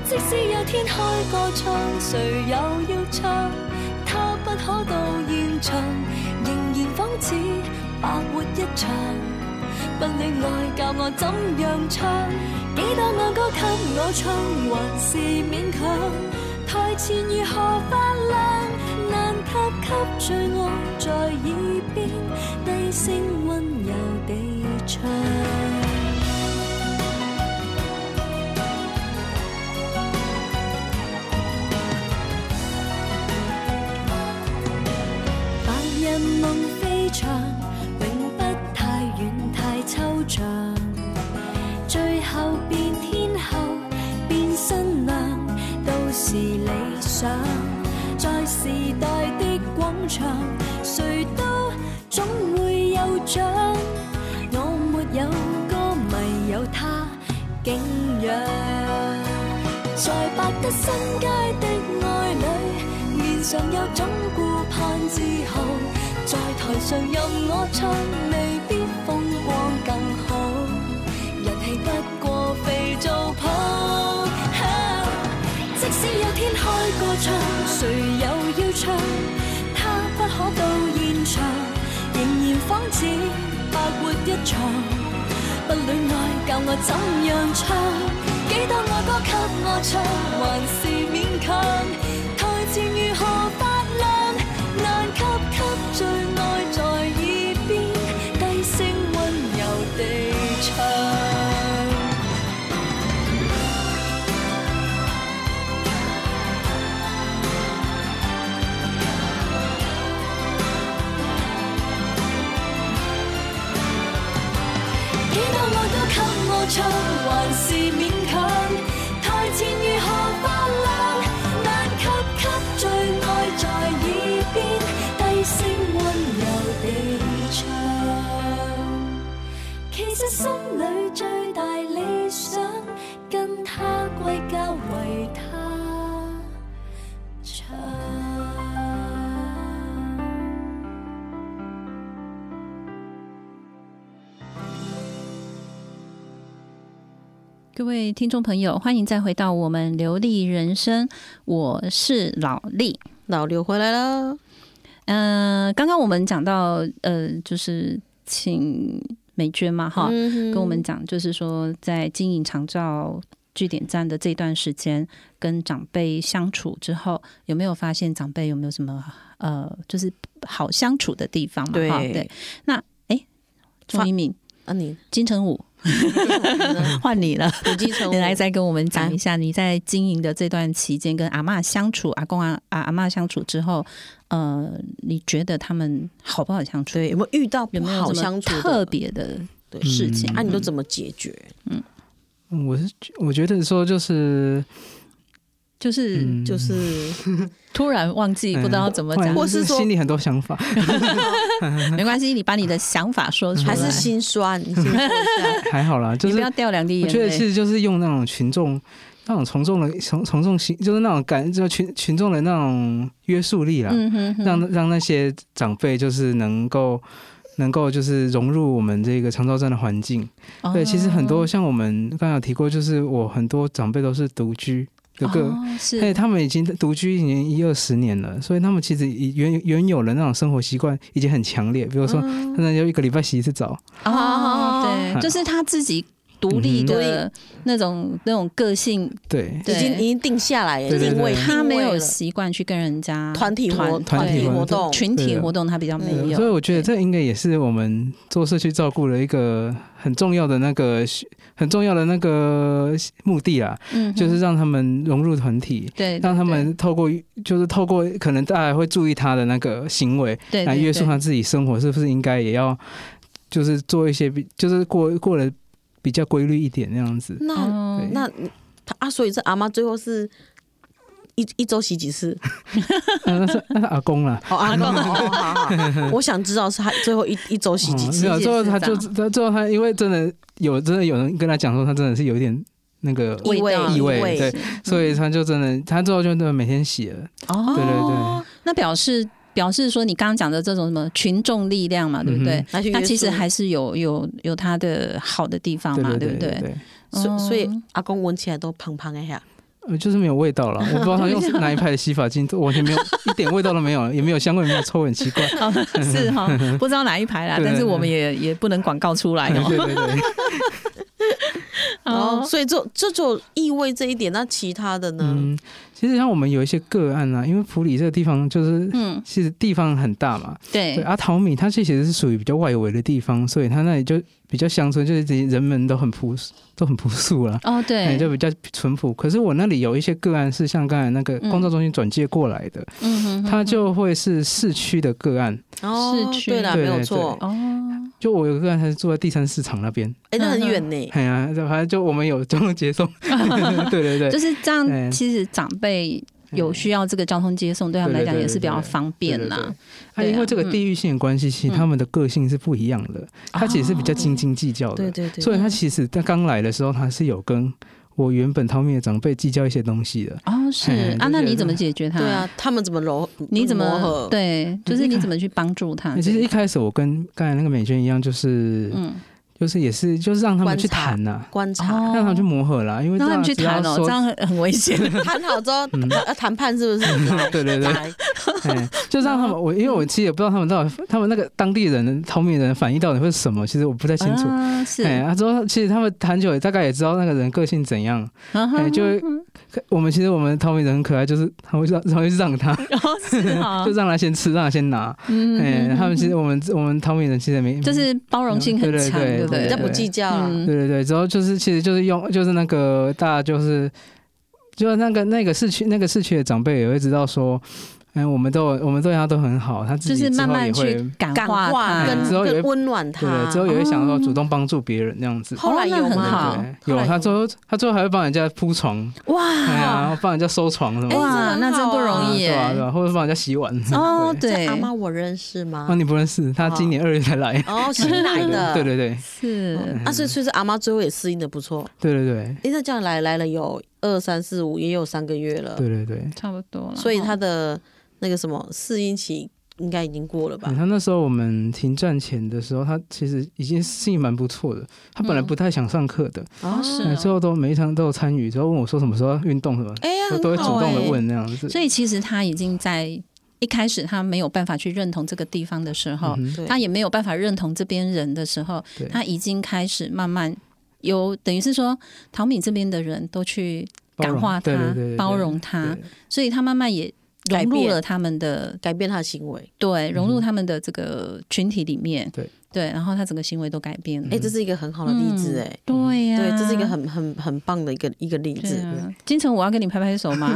Speaker 5: 即使有天開個唱，誰又要唱？他不可到現場，仍然仿似白活一場。不戀愛教我怎樣唱，幾多愛歌給我唱，還是勉強。台前如何發亮，難及給最愛在耳邊低聲溫柔地唱。白日夢飛翔，永不太遠太抽象。最後變天后，變新娘，都是理想。在時代的廣場，誰都總會有獎。我沒有歌迷，有他景仰。在百德新街的愛侶，面上有種顧盼自豪，在台上任我唱，未必風光更好，人氣不過肥皂泡。啊即使有天開個唱，誰又要唱？他不可到現場，仍然仿似白活一場。不戀愛教我怎樣唱，幾多愛歌給我唱，還是勉強。台前如何發亮，難及給最愛在耳邊低聲溫柔地唱。幾多愛都給我唱，還是勉強。台前如何發亮，難及給最愛在耳邊低聲溫柔地唱。其實心裏最大理想，跟他歸家為他唱。
Speaker 1: 各位听众朋友，欢迎再回到我们流利人生，我是老丽。
Speaker 2: 老刘回来了，
Speaker 1: 嗯、刚刚我们讲到，呃，就是请美娟嘛，哈，
Speaker 2: 嗯
Speaker 1: 跟我们讲，就是说在经营长照据点站的这段时间，跟长辈相处之后，有没有发现长辈有没有什么呃，就是好相处的地方嘛？
Speaker 2: 对
Speaker 1: 哈对。那哎，钟
Speaker 2: 发
Speaker 1: 一敏，
Speaker 2: 啊你，
Speaker 1: 金城武，
Speaker 2: 嗯
Speaker 1: 换你了，
Speaker 2: 你继承
Speaker 1: 你来再跟我们
Speaker 2: 啊
Speaker 1: 讲一下你在经营的这段期间跟阿嬷相处、阿公阿阿阿嬷相处之后，呃，你觉得他们好不好相处？
Speaker 2: 对有没有遇到
Speaker 1: 有
Speaker 2: 不
Speaker 1: 没有
Speaker 2: 好
Speaker 1: 什么
Speaker 2: 相处的
Speaker 1: 特别的
Speaker 2: 对
Speaker 1: 事情？
Speaker 2: 啊？你都
Speaker 1: 嗯
Speaker 2: 怎么解决？
Speaker 4: 我是觉我觉得说就是
Speaker 1: 就是
Speaker 4: 嗯
Speaker 2: 就是
Speaker 1: 突然忘记，不知道怎么
Speaker 4: 嗯
Speaker 1: 讲
Speaker 4: 突，然
Speaker 2: 或是说
Speaker 4: 心里很多想法，
Speaker 1: 没关系，你把你的想法说出来，
Speaker 2: 还是心酸，你先说一下
Speaker 4: 还好啦，嗯就
Speaker 1: 你不
Speaker 4: 是
Speaker 1: 要掉两滴
Speaker 4: 我
Speaker 1: 眼
Speaker 4: 觉得其
Speaker 1: 泪。
Speaker 4: 实就是用那种群众、那种从众的从从众心，就是那种感，就群群众的那种约束力啦，
Speaker 1: 嗯哼哼
Speaker 4: 让让那些长辈就是能够能够就是融入我们这个长照站的环境。对，其实很
Speaker 1: 哦
Speaker 4: 多像我们刚才有提过，就是我很多长辈都是独居的个。
Speaker 1: 哦是
Speaker 4: 哎，他们已经独居已经一二十年了，所以他们其实已原原有的那种生活习惯已经很强烈。比如说，
Speaker 1: 嗯
Speaker 4: 他们就一个礼拜洗一次澡，
Speaker 1: 哦，
Speaker 4: 嗯
Speaker 1: 对，就是他自己独立的那种那种个性，
Speaker 4: 对，
Speaker 1: 对
Speaker 2: 已经已经定下来了，
Speaker 4: 对对对
Speaker 2: 定位
Speaker 1: 他没
Speaker 2: 定
Speaker 1: 有
Speaker 2: 位了
Speaker 1: 习惯去跟人家
Speaker 2: 嗯团体活
Speaker 4: 团体
Speaker 2: 体活
Speaker 4: 活
Speaker 2: 动
Speaker 4: 动，
Speaker 1: 群体
Speaker 4: 对啊
Speaker 1: 活动，他比较没
Speaker 4: 对
Speaker 1: 有。
Speaker 4: 所以我觉得
Speaker 1: 哎对
Speaker 4: 这应该也是我们做社区照顾的一个很重要的那个很重要的那个目的啊，
Speaker 1: 嗯哼
Speaker 4: 就是让他们融入团体。
Speaker 1: 对，
Speaker 4: 让他们透过就是透过可能大家会注意他的那个行为，
Speaker 1: 对
Speaker 4: 来约束他，自己生活是不是应该也要就是做一些比就是过过得比较规律一点那样子。
Speaker 1: 对对
Speaker 2: 那
Speaker 1: 哦
Speaker 2: 那你他啊，所以这阿妈最后是一一周洗几 次？
Speaker 4: 啊那是那 是阿公啦，
Speaker 2: 哦，阿公，哦哦好 好，我想知道是他最后一一周洗几
Speaker 4: 哦没
Speaker 2: 次？
Speaker 4: 有，最后他
Speaker 1: 是这
Speaker 4: 就
Speaker 1: 样
Speaker 4: 他最后他因为真的有真的有人跟他讲说他真的是有一点那个
Speaker 2: 异味
Speaker 1: 味
Speaker 4: 异
Speaker 2: 异味
Speaker 4: 味，对，所以他就真的他之后就真的每天洗了，
Speaker 1: 哦，
Speaker 4: 对对对，
Speaker 1: 那表示表示说你刚刚讲的这种什么群众力量嘛，对不对
Speaker 4: 嗯？
Speaker 2: 哦那去约
Speaker 1: 那其实
Speaker 2: 束
Speaker 1: 还是有有有它的好的地方
Speaker 4: 对
Speaker 1: 嘛，
Speaker 4: 对
Speaker 1: 不
Speaker 4: 对
Speaker 1: 对？
Speaker 4: 对，
Speaker 2: 所所以
Speaker 1: 嗯
Speaker 2: 阿公闻起来都胖胖一下，
Speaker 4: 呃，就是没有味道了，我不知道他用哪一派的洗发精，完全没有一点味道都没有，也没有香味，没有臭味，很奇怪。
Speaker 1: 哦，是哈，不知道哪一排啦，
Speaker 4: 对对
Speaker 1: 但是
Speaker 4: 对
Speaker 1: 我们也也不能广告出来
Speaker 4: 对
Speaker 1: 哦。
Speaker 4: 对对，
Speaker 2: 哦，所以就这就异味这一点，那其他的呢？
Speaker 4: 嗯，其实像我们有一些个案啊，因为普里这个地方就是。
Speaker 1: 嗯，
Speaker 4: 其实地方很大嘛，对
Speaker 1: 对，
Speaker 4: 啊，淘米它其实是属于比较外围的地方，所以它那里就比较乡村，就是这些人们都很朴素，都很朴素啦，
Speaker 1: 哦
Speaker 4: 哎
Speaker 1: 对，
Speaker 4: 就比较淳朴。可是我那里有一些个案是像刚才那个
Speaker 1: 嗯
Speaker 4: 工作中心转介过来的，
Speaker 1: 嗯哼嗯哼
Speaker 4: 他就会是市区的个案。
Speaker 2: 哦，
Speaker 1: 市区
Speaker 2: 对啦，没
Speaker 4: 对
Speaker 2: 有
Speaker 4: 对
Speaker 2: 错，
Speaker 1: 哦，
Speaker 4: 就我有个个案，他是住在第三市场那边，
Speaker 2: 哎，
Speaker 1: 嗯
Speaker 2: 那很远呢。
Speaker 4: 哎呀，反正就我们有交通接 送，
Speaker 1: 哦
Speaker 4: 对对对，
Speaker 1: 就是这样。
Speaker 4: 对
Speaker 1: 其实长辈有需要这个交通接送，对他们来
Speaker 4: 对对
Speaker 1: 讲
Speaker 4: 对
Speaker 1: 也是比较
Speaker 4: 对对
Speaker 1: 方便啦。嗯
Speaker 4: 啊，因为这个地域性的关系，其实他们的个性是不一样的，他其实是
Speaker 1: 哦
Speaker 4: 比较斤斤计较的，
Speaker 2: 对对对，
Speaker 4: 所以他其实在刚来的时候，他是有跟我原本淘米的长辈计较一些东西的。
Speaker 1: 哦，是
Speaker 4: 嘿
Speaker 1: 啊，
Speaker 4: 嗯就
Speaker 1: 那
Speaker 4: 是
Speaker 1: 你怎么解决他？
Speaker 2: 对啊，，他们怎么揉？
Speaker 1: 你怎
Speaker 2: 磨
Speaker 1: 么
Speaker 2: 合？
Speaker 1: 对？就是你怎么去帮助他？
Speaker 4: 那其实一开始我跟刚才那个美娟一样，就是、
Speaker 1: 嗯，
Speaker 4: 就是也是就是让他们去
Speaker 2: 观察
Speaker 4: 谈呐、
Speaker 2: 观察，
Speaker 1: 哦
Speaker 4: 让他们去磨合啦，因为
Speaker 1: 让他们去
Speaker 4: 这
Speaker 1: 谈
Speaker 4: 样只要
Speaker 1: 哦，
Speaker 4: 说
Speaker 1: 这样很很危险。
Speaker 2: 谈好之后要谈判是不
Speaker 1: 嗯
Speaker 2: 是？
Speaker 4: 对 对对，
Speaker 2: 来
Speaker 4: 哎就让
Speaker 1: 哦
Speaker 4: 他们我因为我其实也不知道他们到底他们那个当地人的淘米人反应到底会是什么，其实我不 太清楚。
Speaker 1: 啊是，
Speaker 4: 哎，啊之后其实他们谈久，也大概也知道那个人个性怎样。
Speaker 1: 嗯
Speaker 4: 哎，
Speaker 1: 哼
Speaker 4: 就会可我们其实我们淘米人很可爱，就是他会让他会让他，
Speaker 1: 哦是啊
Speaker 4: 就，让他先吃，让他先拿。
Speaker 1: 嗯
Speaker 4: 哎，他们其
Speaker 1: 嗯
Speaker 4: 实我们我们淘米人其实没
Speaker 1: 就是包容性很强，
Speaker 4: 对
Speaker 1: 对
Speaker 4: 对对
Speaker 1: 不对
Speaker 2: 人家？不计较
Speaker 1: 嗯
Speaker 2: 啊，
Speaker 4: 对对对，之后就是其实就是用就是那个大家就是就是那个那个市区那个市区的长辈也会知道说，嗯，我们都有我们对他都很好，他自
Speaker 1: 就
Speaker 4: 己
Speaker 1: 是
Speaker 4: 之
Speaker 1: 慢
Speaker 4: 后也
Speaker 1: 慢
Speaker 4: 会
Speaker 1: 去感
Speaker 2: 感
Speaker 1: 化
Speaker 2: 化
Speaker 1: 他
Speaker 4: 哎
Speaker 2: 跟
Speaker 4: 之后也
Speaker 2: 跟
Speaker 4: 会
Speaker 2: 温暖他
Speaker 4: 对，之后也会想说主动帮助别人那样子。
Speaker 2: 后来有
Speaker 1: 哦那很
Speaker 2: 吗？
Speaker 1: 好
Speaker 4: 对，有他之后他最后还会帮人家铺床，哎
Speaker 2: 哇，
Speaker 4: 呀，帮人家收床什么的，
Speaker 1: 哇，
Speaker 2: 哎这很
Speaker 1: 那真不容易
Speaker 4: 对啊吧？对
Speaker 1: 耶。
Speaker 4: 吧？或者帮人家洗碗。
Speaker 1: 哦，对
Speaker 2: 这，阿妈我认识吗
Speaker 4: 啊，？你不认识他，今年二月才来。
Speaker 2: 哦，新来的，
Speaker 4: 对对对
Speaker 1: 是
Speaker 2: 啊，所以所以是阿妈最后也适应的不错。
Speaker 4: 对对对
Speaker 2: 诶，那这样来来了有二三四五，也有三个月了，
Speaker 4: 对对对。
Speaker 1: 差不多了。
Speaker 2: 所以他的那个什么适应期应该已经过了吧
Speaker 4: 嗯？他那时候我们停战前的时候，他其实已经适应蛮不错的。他本来
Speaker 1: 嗯
Speaker 4: 不太想上课的，
Speaker 1: 哦
Speaker 2: 啊，是
Speaker 4: 嗯最后都每一场都有参与，之后问我说什么时候要运动什么，
Speaker 2: 哎呀，
Speaker 4: 我都会
Speaker 2: 很
Speaker 4: 主
Speaker 2: 好
Speaker 4: 动
Speaker 2: 哎
Speaker 4: 的
Speaker 1: 欸
Speaker 4: 问那样子。
Speaker 1: 所以其实他已经在一开始他没有办法去认同这个地方的时候，
Speaker 4: 嗯哼
Speaker 2: 对
Speaker 1: 他也没有办法认同这边人的时候
Speaker 4: 对，
Speaker 1: 他已经开始慢慢有等于是说，淘米这边的人都去
Speaker 4: 包容
Speaker 1: 感化他
Speaker 4: 对对对对，对
Speaker 1: 包容他，
Speaker 4: 对
Speaker 1: 所以他慢慢也融
Speaker 2: 改
Speaker 1: 入
Speaker 2: 变
Speaker 1: 了他们的
Speaker 2: 改变他的行为。
Speaker 1: 对，融入他们的这个群体里面，
Speaker 4: 对嗯
Speaker 1: 对，然后他整个行为都改变了。
Speaker 2: 哎，这是一个很好的例子，
Speaker 1: 嗯
Speaker 2: 哎，
Speaker 1: 对呀、
Speaker 2: 对，这是一个很很很棒的一个一个例
Speaker 1: 对
Speaker 2: 子。
Speaker 1: 啊。金城，我要跟你拍拍手 吗？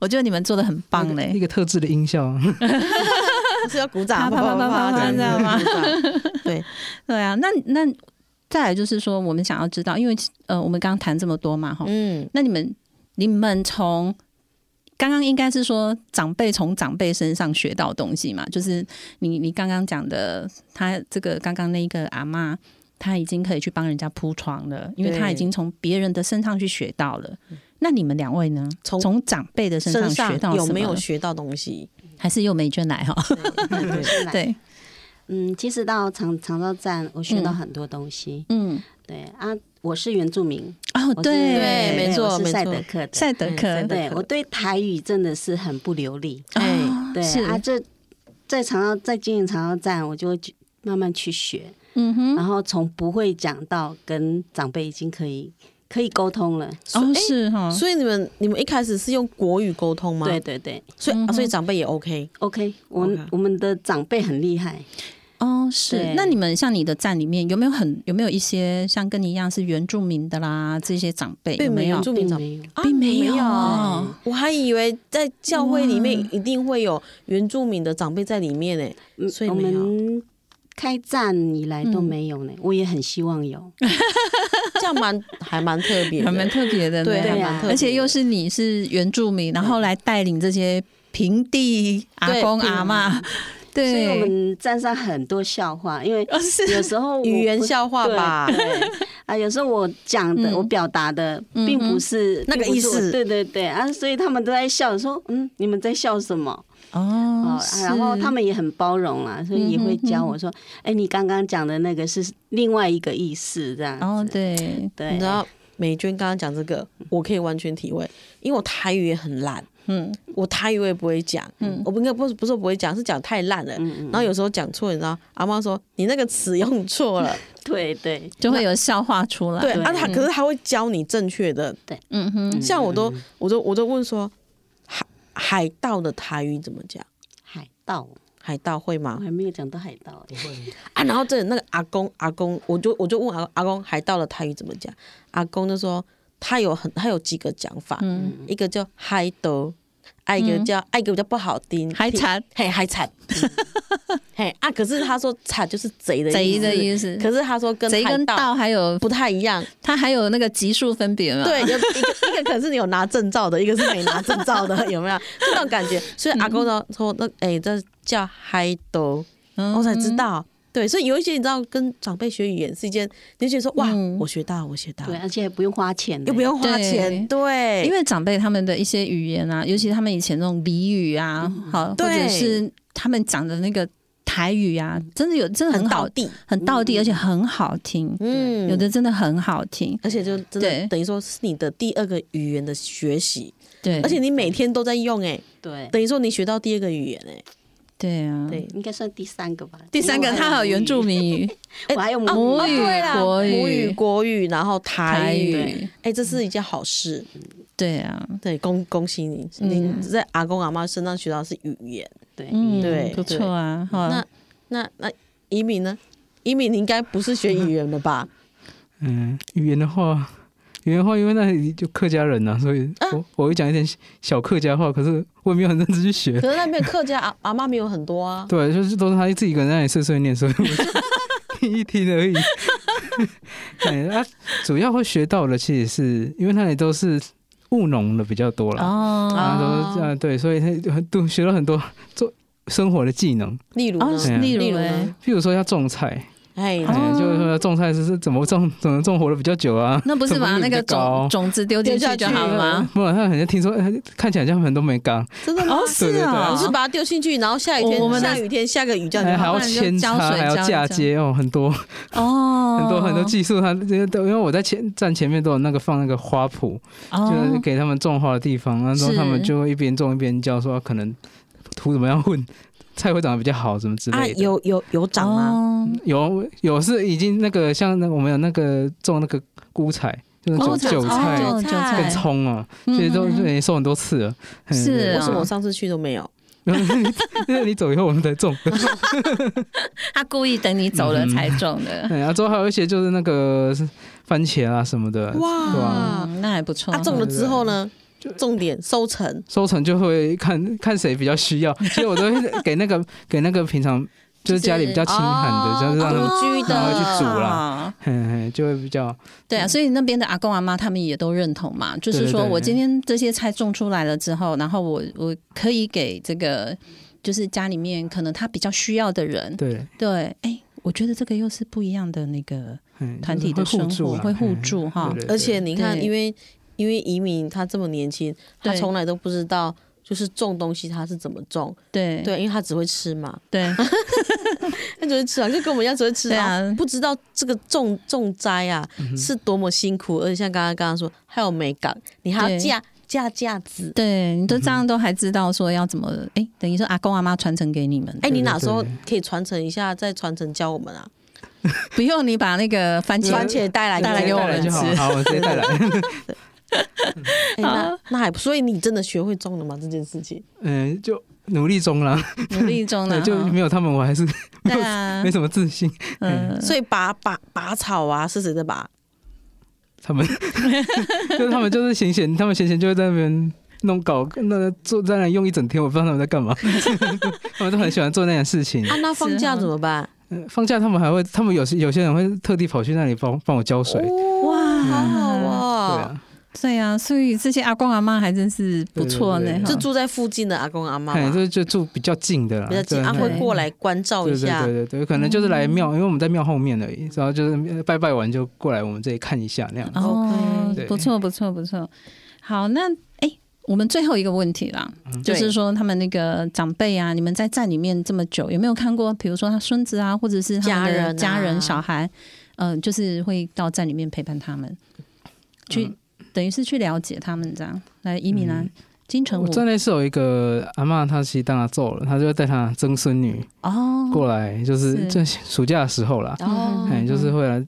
Speaker 1: 我觉得你们做的很棒嘞、
Speaker 4: 一个特制的音效，
Speaker 2: 不 是要鼓掌，
Speaker 1: 啊啪啪啪啪啪
Speaker 2: 这
Speaker 1: 这样
Speaker 2: 样
Speaker 1: 吗
Speaker 2: 吗？
Speaker 1: 对啊，那那再来就是说，我们想要知道，因为呃，我们刚刚谈这么多嘛，哈、
Speaker 2: 嗯，
Speaker 1: 那你们你们从刚刚应该是说长辈从长辈身上学到东西嘛，就是你你刚刚讲的，他这个刚刚那一个阿妈，她已经可以去帮人家铺床了，因为
Speaker 2: 对
Speaker 1: 她已经从别人的身上去学到了。那你们两位呢？
Speaker 2: 嗯从
Speaker 1: 从长辈的身
Speaker 2: 身
Speaker 1: 上学
Speaker 2: 上
Speaker 1: 到
Speaker 2: 有
Speaker 1: 什么
Speaker 2: 没有学到东西？
Speaker 1: 还是又美娟来哈？
Speaker 3: 对 对
Speaker 1: 对，
Speaker 3: 嗯，其实到长长照站，我学到
Speaker 1: 嗯
Speaker 3: 很多东西。
Speaker 1: 嗯，
Speaker 3: 对啊，我是原住民，
Speaker 1: 哦，
Speaker 3: 我是
Speaker 1: 对，
Speaker 2: 对没错
Speaker 3: 我是
Speaker 2: 没
Speaker 3: 赛
Speaker 2: 错
Speaker 3: 德克的。
Speaker 1: 赛德克，
Speaker 2: 嗯
Speaker 3: 对我对台语真的是很不流利。
Speaker 1: 哦
Speaker 2: 哎，
Speaker 3: 对
Speaker 1: 是
Speaker 3: 啊，这在长照在经营长照站，我就会去慢慢去学，
Speaker 1: 嗯哼，
Speaker 3: 然后从不会讲到跟长辈已经可以可以沟通了。
Speaker 1: 哦，是哈，
Speaker 2: 所以你们你们一开始是用国语沟通吗？
Speaker 3: 对，对对
Speaker 2: 所以
Speaker 1: 嗯哼
Speaker 2: 啊所以长辈也 OK。
Speaker 3: ，OK，我们
Speaker 2: OK
Speaker 3: 我们的长辈很厉害，
Speaker 1: 哦，是
Speaker 3: 对。
Speaker 1: 那你们像你的站里面有没有很有没有一些像跟你一样是原住民的啦？这些长辈
Speaker 2: 并
Speaker 1: 有没
Speaker 2: 没
Speaker 1: 有
Speaker 2: 有原？住民
Speaker 3: 并
Speaker 2: 长
Speaker 3: 没有。
Speaker 2: 啊
Speaker 1: 并没有
Speaker 2: 没有我还以为在教会里面一定会有原住民的长辈在里面哎呢、
Speaker 3: 嗯
Speaker 2: 所以
Speaker 3: 我
Speaker 2: 没有嗯
Speaker 3: 们开站以来都没有呢，我也很希望有。
Speaker 2: 这样蛮还蛮特 别
Speaker 1: 还蛮
Speaker 2: 的。
Speaker 1: 特别的呢，
Speaker 2: 对，
Speaker 3: 对
Speaker 2: 还
Speaker 3: 啊
Speaker 2: 蛮特别的
Speaker 1: 而且又是你是原住民，然后来带领这些平地阿
Speaker 2: 对
Speaker 1: 公
Speaker 2: 平
Speaker 1: 阿嬷，
Speaker 3: 所以我
Speaker 1: 对，
Speaker 3: 们站上很多笑话，因为
Speaker 1: 哦是
Speaker 3: 有时候我
Speaker 2: 语言
Speaker 3: 不
Speaker 2: 笑话吧
Speaker 3: 对对啊，有时候我讲的、
Speaker 1: 嗯
Speaker 3: 我表达的
Speaker 1: 嗯
Speaker 3: 并不是、
Speaker 2: 那个
Speaker 3: 并不是我
Speaker 2: 意思
Speaker 3: 对对对啊，所以他们都在笑，说嗯，你们在笑什么？
Speaker 1: 哦
Speaker 3: 啊，然后他们也很包容啦，所以也会教
Speaker 2: 嗯
Speaker 3: 我说，哎、你刚刚讲的那个是另外一个意思，这
Speaker 1: 是
Speaker 3: 样子。
Speaker 1: 哦对，
Speaker 3: 对，
Speaker 2: 你知道美娟刚刚讲这个，我可以完全体会，因为我台语也很烂，
Speaker 1: 嗯
Speaker 2: 我台语我也不会讲，
Speaker 1: 嗯
Speaker 2: 我不应该不是不是我不会讲，是讲太烂了。
Speaker 3: 嗯嗯，
Speaker 2: 然后有时候讲错，你知道，阿妈说你那个词用错了，
Speaker 3: 对对
Speaker 1: 就会有笑话出 来，
Speaker 2: 对，
Speaker 3: 对
Speaker 2: 啊，他可是他会教你正确的，
Speaker 1: 嗯哼，
Speaker 2: 像我都我都我都问说，海海盗的台语怎么讲？
Speaker 3: 海盗，
Speaker 2: 海盗会
Speaker 3: 我
Speaker 2: 吗？
Speaker 3: 还没有讲到海盗、
Speaker 2: 啊，然后这那个阿公阿公，我就我就问阿阿公海盗的台语怎么讲，阿公就说他有很他有几个讲法，
Speaker 1: 嗯
Speaker 2: 一个叫海斗，啊一个叫、啊一个比较不好听，
Speaker 1: 海产
Speaker 2: 嘿海产，嘿啊，可是他说惨就是贼的
Speaker 1: 贼的
Speaker 2: 思，
Speaker 1: 意思，
Speaker 2: 可是他说跟
Speaker 1: 贼
Speaker 2: 海
Speaker 1: 跟盗还有
Speaker 2: 不太一样，
Speaker 1: 它还有那个级数分别嘛，
Speaker 2: 对，有一个一个可能是你有拿证照的，一个是没拿证照的， 有没有？就那种感觉。所以阿公呢说，那哎、这叫嗨斗，
Speaker 1: 嗯，
Speaker 2: 我才知道。对，所以有一些你知道，跟长辈学语言是一件，你就觉得说哇，
Speaker 1: 嗯
Speaker 2: 我学到，我学到，
Speaker 3: 对，而且也不用花钱的，
Speaker 2: 又不用花钱，对，
Speaker 1: 嗯因为长辈他们的一些语言啊，尤其他们以前那种俚语啊，好，或
Speaker 2: 对
Speaker 1: 者是他们讲的那个台语啊，真的有真的
Speaker 2: 很
Speaker 1: 很好
Speaker 2: 倒，地，
Speaker 1: 很道嗯地，而且很好听，
Speaker 2: 嗯，
Speaker 1: 有的真的很好听，
Speaker 2: 而且就真
Speaker 1: 对
Speaker 2: 的等于说是你的第二个语言的学习，
Speaker 1: 对，
Speaker 2: 而且你每天都在用、哎，
Speaker 3: 对，
Speaker 2: 等于说你学到第二个语言、哎，
Speaker 1: 对啊，
Speaker 2: 对
Speaker 3: 应该算第三个吧。
Speaker 1: 第三个他还有原住民哦语、
Speaker 3: 我还有
Speaker 2: 哦
Speaker 3: 母
Speaker 1: 母
Speaker 3: 语，
Speaker 1: 语、国
Speaker 2: 母语、国语，然后
Speaker 1: 台
Speaker 2: 台语，
Speaker 1: 语，
Speaker 2: 哎、这是一件好事。
Speaker 1: 对啊，
Speaker 2: 对，恭恭喜你，
Speaker 1: 嗯
Speaker 2: 你在阿公阿妈身上学到的是语言。
Speaker 3: 对，
Speaker 1: 嗯，
Speaker 2: 对
Speaker 1: 不错啊，好，
Speaker 2: 那那那移民呢？移民你应该不是学语言的 吧？
Speaker 4: 嗯，语言的话，语言的话，因为那里就客家人呐、啊所以
Speaker 1: 嗯
Speaker 4: 我、我会讲一点小客家话，可是我也没有很认真去学。
Speaker 2: 可是那边客家阿阿妈没有很多啊。
Speaker 4: 对，就是都是他自己一个人在那里碎碎念，所以 我就听一听而已。 对，他、主要会学到的其实是因为那里都是务农的比较多啦，
Speaker 1: 哦，
Speaker 4: 啊，都是这样对，所以他很多学了很多做生活的技能，
Speaker 2: 例如
Speaker 1: 哦
Speaker 2: 呢？
Speaker 4: 对啊
Speaker 1: 例
Speaker 2: 例
Speaker 1: 如
Speaker 2: 如
Speaker 1: 嘞
Speaker 2: 呢？
Speaker 4: 譬如说要种菜，
Speaker 2: 哎，
Speaker 4: 哎、
Speaker 1: 哦
Speaker 4: 就是说种菜是怎么种，怎么种活得比较久啊？
Speaker 1: 那不是
Speaker 4: 怎么
Speaker 1: 把
Speaker 4: 率
Speaker 1: 那
Speaker 4: 比较
Speaker 1: 个种
Speaker 4: 高
Speaker 1: 种子丢进
Speaker 2: 丢
Speaker 1: 去
Speaker 2: 下
Speaker 1: 就
Speaker 2: 去
Speaker 1: 好了吗？
Speaker 4: 不然他好像听说，哎看起来像很多没刚，
Speaker 2: 真的吗？
Speaker 1: 哦，
Speaker 4: 对
Speaker 1: 是
Speaker 4: 对对
Speaker 1: 啊，
Speaker 2: 你是把它丢进去，然后下雨
Speaker 1: 我我们
Speaker 2: 天
Speaker 1: 的
Speaker 2: 下雨天下个雨这样
Speaker 4: 哎
Speaker 2: 就
Speaker 4: 还
Speaker 2: 好。
Speaker 1: 不
Speaker 4: 要
Speaker 1: 然就
Speaker 4: 扦
Speaker 1: 浇
Speaker 4: 插，
Speaker 1: 水
Speaker 4: 还
Speaker 1: 浇
Speaker 4: 要
Speaker 1: 一
Speaker 4: 嫁
Speaker 1: 下
Speaker 4: 接哦，很多
Speaker 1: 哦，
Speaker 4: 很多很多技术，他这些都因为我在前站前面都有那个放那个花圃，就是
Speaker 1: 哦，
Speaker 4: 给他们种花的地方，然后
Speaker 1: 是
Speaker 4: 他们就会一边种一边教说可能土怎么样混，菜会长得比较好，什么之
Speaker 2: 啊，
Speaker 4: 类的。
Speaker 2: 有有有长
Speaker 1: 哦
Speaker 2: 吗？
Speaker 4: 嗯
Speaker 1: 吗？
Speaker 4: 有有是已经那个像那我们有那个种那个菇菜，就是
Speaker 1: 哦
Speaker 4: 韭
Speaker 1: 韭
Speaker 4: 韭
Speaker 1: 菜
Speaker 4: 菜
Speaker 1: 哦韭菜嗯
Speaker 4: 跟葱啊，其实都也收很多次了。嘿
Speaker 1: 是
Speaker 4: 对
Speaker 2: 为什么
Speaker 1: 啊
Speaker 2: 我上次去都没有？
Speaker 4: 因为你走以后我们 才种。
Speaker 6: 他故意等你走
Speaker 4: 嗯
Speaker 6: 了才种的。
Speaker 4: 哎，然后之后还有一些就是那个番茄啊什么的，
Speaker 2: 哇
Speaker 4: 对啊？
Speaker 1: 嗯，那还不错。
Speaker 2: 啊，中了之后呢？重点收成，
Speaker 4: 收成就会看 看谁比较 需要，其实我都会给那个给那个平常就是家里比较清寒的，
Speaker 1: 哦
Speaker 4: 就是啊让他们
Speaker 6: 独居的，
Speaker 4: 然后去煮啦嘿嘿就会比较
Speaker 1: 对啊，所以那边的阿公阿妈他们也都认同嘛，就
Speaker 4: 对
Speaker 1: 是
Speaker 4: 对
Speaker 1: 说
Speaker 4: 对
Speaker 1: 我今天这些菜种出来了之后，然后我我可以给这个就是家里面可能他比较需要的人，
Speaker 4: 对，
Speaker 1: 对，哎，我觉得这个又是不一样的那个，
Speaker 4: 嘿
Speaker 1: 团体的
Speaker 4: 就是会
Speaker 1: 生活
Speaker 4: 互助啦
Speaker 1: 会互
Speaker 4: 嘿
Speaker 1: 助哈
Speaker 4: 对对对
Speaker 2: 而且你看，
Speaker 1: 对
Speaker 2: 因为因为移民他这么年轻，他
Speaker 1: 对
Speaker 2: 从来都不知道就是种东西他是怎么种，
Speaker 1: 对
Speaker 2: 对，因为他只会吃嘛，
Speaker 1: 对，
Speaker 2: 他只会吃啊，就跟我们一样只会吃
Speaker 1: 对
Speaker 2: 啊
Speaker 1: 啊，嗯
Speaker 2: 不知道这个种种栽啊是多么辛苦，而且像刚刚刚刚说，还有美感，你还要
Speaker 1: 对
Speaker 2: 架架架子，
Speaker 1: 对，你都这样都还知道说要怎么，
Speaker 4: 嗯
Speaker 1: 哎，等于说阿公阿妈传承给你们的，
Speaker 2: 哎，你
Speaker 4: 对
Speaker 2: 哪时候
Speaker 4: 对
Speaker 2: 可以传承一下，再传承教我们啊？
Speaker 1: 不用你把那个番茄
Speaker 2: 番茄带来
Speaker 1: 带来给我
Speaker 4: 带来
Speaker 1: 们
Speaker 4: 就好，
Speaker 1: 吃
Speaker 4: 好，我直接带来。
Speaker 2: 哎 那那还不，所以你真的学会种了吗？这件事情，
Speaker 4: 嗯，就努力中啦，
Speaker 1: 努力中嗯
Speaker 4: 对，
Speaker 1: 呢，
Speaker 4: 就
Speaker 1: 哈
Speaker 4: 没有他们，我还是
Speaker 1: 对啊
Speaker 4: 没，什么哎自信。
Speaker 1: 嗯，
Speaker 2: 所以拔拔拔草啊，是谁 在拔？
Speaker 4: 他们就是他们就是闲闲，他们闲闲就会在那边弄搞，那坐在那用一整天，我不知道他们在干 嘛。他们都很喜欢做那件事情。
Speaker 2: 啊，那放假
Speaker 1: 是啊
Speaker 2: 怎么办？
Speaker 4: 嗯放假他们还会，他们有些有些人会特地跑去那里帮帮我浇
Speaker 1: 啊
Speaker 4: 水。
Speaker 2: 哇，
Speaker 1: 嗯
Speaker 2: 好好
Speaker 4: 对
Speaker 2: 哦！
Speaker 4: 啊，
Speaker 1: 对啊，所以这些阿公阿妈还真是不错
Speaker 4: 对
Speaker 1: 呢
Speaker 4: 对，
Speaker 1: 哈
Speaker 4: 对
Speaker 2: 就住在附近的阿公阿妈
Speaker 4: 哎，
Speaker 2: 嘛，
Speaker 4: 就就住比较近的啦，
Speaker 2: 比较近，
Speaker 4: 对
Speaker 2: 啊
Speaker 4: 那
Speaker 2: 会
Speaker 1: 对
Speaker 2: 过来关照
Speaker 4: 对
Speaker 2: 一
Speaker 4: 对
Speaker 2: 下嗯
Speaker 4: 对。对对，可能就是来庙，因为我们在庙后面而已，然后就是拜拜完就过来我们这里看一下那样。
Speaker 2: 啊
Speaker 1: 哦
Speaker 4: OK
Speaker 1: 不错不错不错。好，那哎，我们最后一个问题啦，就是说他们那个长辈啊，你们在站里面这么久，有没有看过，比如说他孙子啊，或者是他们
Speaker 2: 家人
Speaker 1: 的
Speaker 2: 啊
Speaker 1: 家人、小孩，嗯、就是会到站里面陪伴他们，去、
Speaker 2: 嗯
Speaker 1: 等于是去了解他们这样。来，移民啊，金城武
Speaker 4: 我站内是有一个阿嬷，她其实当她走了，她就带她曾孙女
Speaker 1: 哦，
Speaker 4: 过来，就是
Speaker 1: 是
Speaker 4: 这暑假的时候啦，
Speaker 1: 嗯
Speaker 2: 哦，
Speaker 4: 哎，就是会来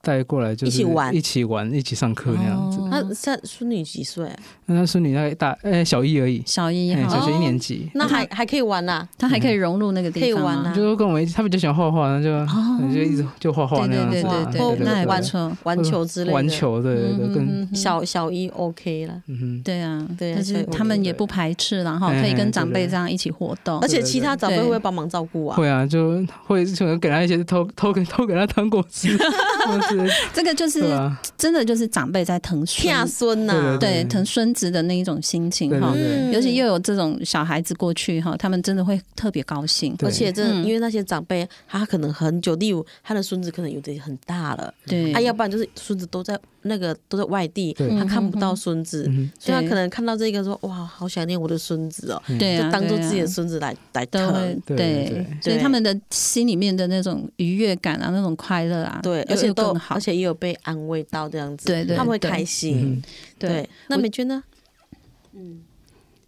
Speaker 4: 带过来，就
Speaker 2: 一
Speaker 4: 是
Speaker 2: 起玩哦
Speaker 4: 一起玩，一起上课那样子。
Speaker 2: 他现在孙女几岁？
Speaker 4: 那她孙女大概大哎小一而已，
Speaker 1: 小姨
Speaker 4: 哎
Speaker 1: 哈，
Speaker 4: 小
Speaker 2: 哦
Speaker 4: 学一年级，
Speaker 2: 那还还可以玩啊呐，
Speaker 1: 他还可以融入那个地
Speaker 2: 可以
Speaker 1: 方
Speaker 2: 玩
Speaker 1: 吗
Speaker 2: 啊
Speaker 4: 就是跟我们一起，她比较喜欢画画，那就
Speaker 1: 哦
Speaker 4: 就一直就画画
Speaker 1: 对
Speaker 4: 那样
Speaker 1: 对对
Speaker 4: 子啊，
Speaker 1: 对
Speaker 2: 或
Speaker 4: 对
Speaker 1: 对，那还
Speaker 4: 对
Speaker 1: 不
Speaker 4: 对
Speaker 1: 错。
Speaker 2: 嗯玩球之类的。
Speaker 4: 玩球，对对对，跟
Speaker 1: 嗯哼
Speaker 2: 小小一 OK 啦。
Speaker 4: 嗯哼。
Speaker 1: 对啊，
Speaker 2: 对啊
Speaker 1: 但
Speaker 2: 所
Speaker 1: 是
Speaker 2: 以我
Speaker 1: 他们
Speaker 4: 觉
Speaker 1: 也
Speaker 4: 得
Speaker 1: 不排斥啦，然后可以跟长辈这样一起活动
Speaker 2: 而。且
Speaker 4: 对对
Speaker 2: 其他长辈
Speaker 1: 对
Speaker 2: 会不会帮忙照顾啊？
Speaker 4: 会啊，就会可能给他一些偷偷给偷给他糖果吃， 或者 是
Speaker 1: 这个就是
Speaker 4: 对啊，
Speaker 1: 真的就是长辈在疼
Speaker 2: 骗
Speaker 1: 孙，
Speaker 2: 孙呐，
Speaker 4: 对
Speaker 1: 对疼孙子的那一种心情
Speaker 4: 对对
Speaker 1: 哈。
Speaker 4: 对
Speaker 2: 嗯
Speaker 1: 尤其又有这种小孩子过去哈，他们真的会特别高兴。
Speaker 4: 对
Speaker 2: 而且真
Speaker 1: 嗯
Speaker 2: 的，因为那些长辈，他可能很久，例如他的孙子可能有的也很大了，
Speaker 1: 对，
Speaker 2: 啊，要不然就是孙子都在那个都在外地，
Speaker 4: 对
Speaker 2: 他看不到孙子，
Speaker 4: 嗯
Speaker 2: 所以他
Speaker 1: 对
Speaker 2: 可能看到这个说哇，好想念我的孙子哦，
Speaker 1: 对啊，
Speaker 2: 就当做自己的
Speaker 1: 对啊
Speaker 2: 孙子来来
Speaker 1: 都会
Speaker 2: 疼。
Speaker 4: 对对
Speaker 1: 对
Speaker 4: 对，
Speaker 1: 所以
Speaker 2: 对
Speaker 1: 他们的心里面的那种愉悦感啊，那种快乐啊，
Speaker 2: 对，而
Speaker 1: 又
Speaker 2: 且
Speaker 1: 又
Speaker 2: 都
Speaker 1: 更好
Speaker 2: 而。且也有被安慰到这样子，
Speaker 1: 对对
Speaker 2: 他们会
Speaker 1: 对
Speaker 2: 开
Speaker 4: 嗯
Speaker 2: 心。对，那
Speaker 1: 我
Speaker 2: 美娟呢？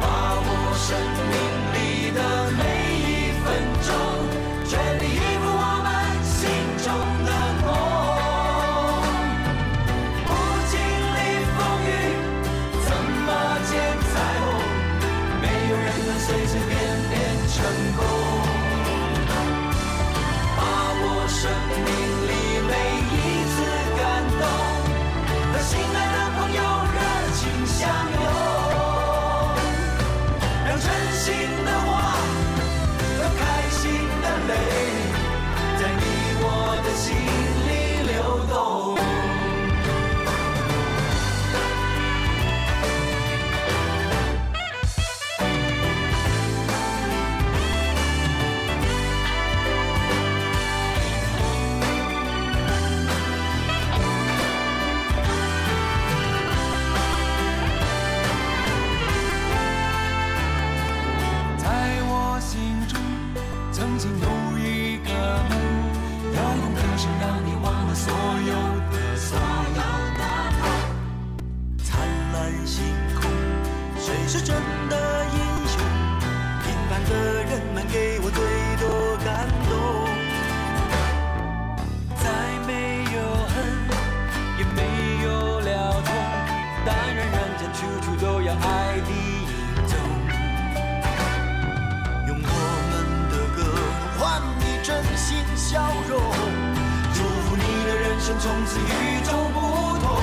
Speaker 5: 把握生命里的每一分钟，全力以赴我们心中的梦。不经历风雨，怎么见彩虹？没有人能随随便便成功。把握生命里每一次感动，和心爱的朋友热情相拥，让真心的话和开心的泪，在你我的心里流动。
Speaker 7: 在我心中，曾经有一个梦，要用歌声让你忘了所有的所有的
Speaker 5: 灿烂星空，谁是真的英雄？平凡的人们给我最多感动。
Speaker 7: 再没有恨，也没有了痛，但愿人间处处都有爱的影踪。
Speaker 5: 用我们的歌换你真心笑容，祝福你的人生从此与众不同。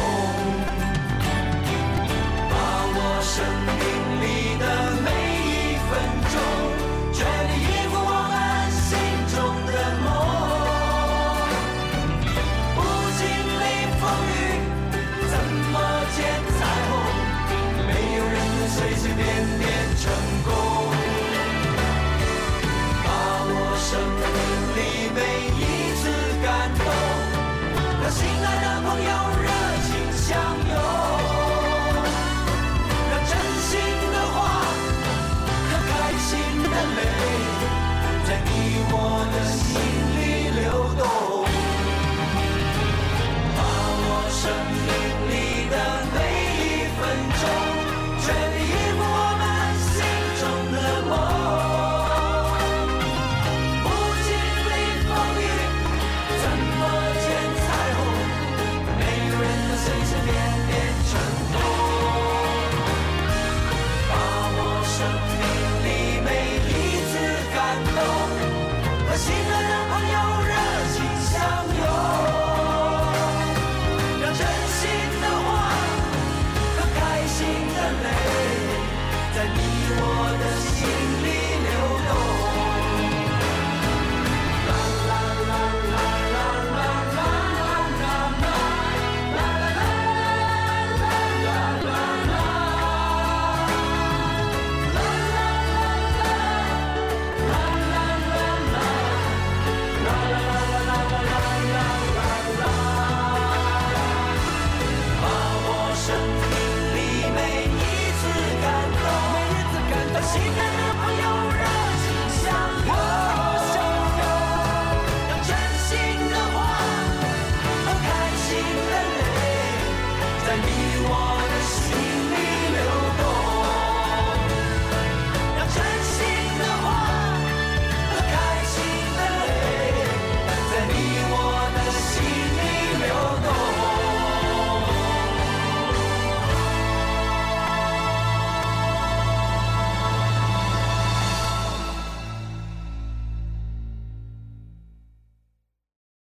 Speaker 5: 把握生命里的每一分钟，全力以赴我们心中的梦。不经历风雨，怎么见彩虹？没有人能随随便便成功。把握生命里每一次感动，和心爱的朋友热情相拥，让真心的话和开心的泪，在你我的心里流动。把握生命里的每一分钟，全力以赴我们心中的梦。不经历风雨，怎么见彩虹？没有人能随随便便成功。把握生命里每一次感动，和心爱的朋友热情相拥，让真心的话和开心的泪，在你我的心里流动。生命里每一次感动，每一次感动，心爱的朋友。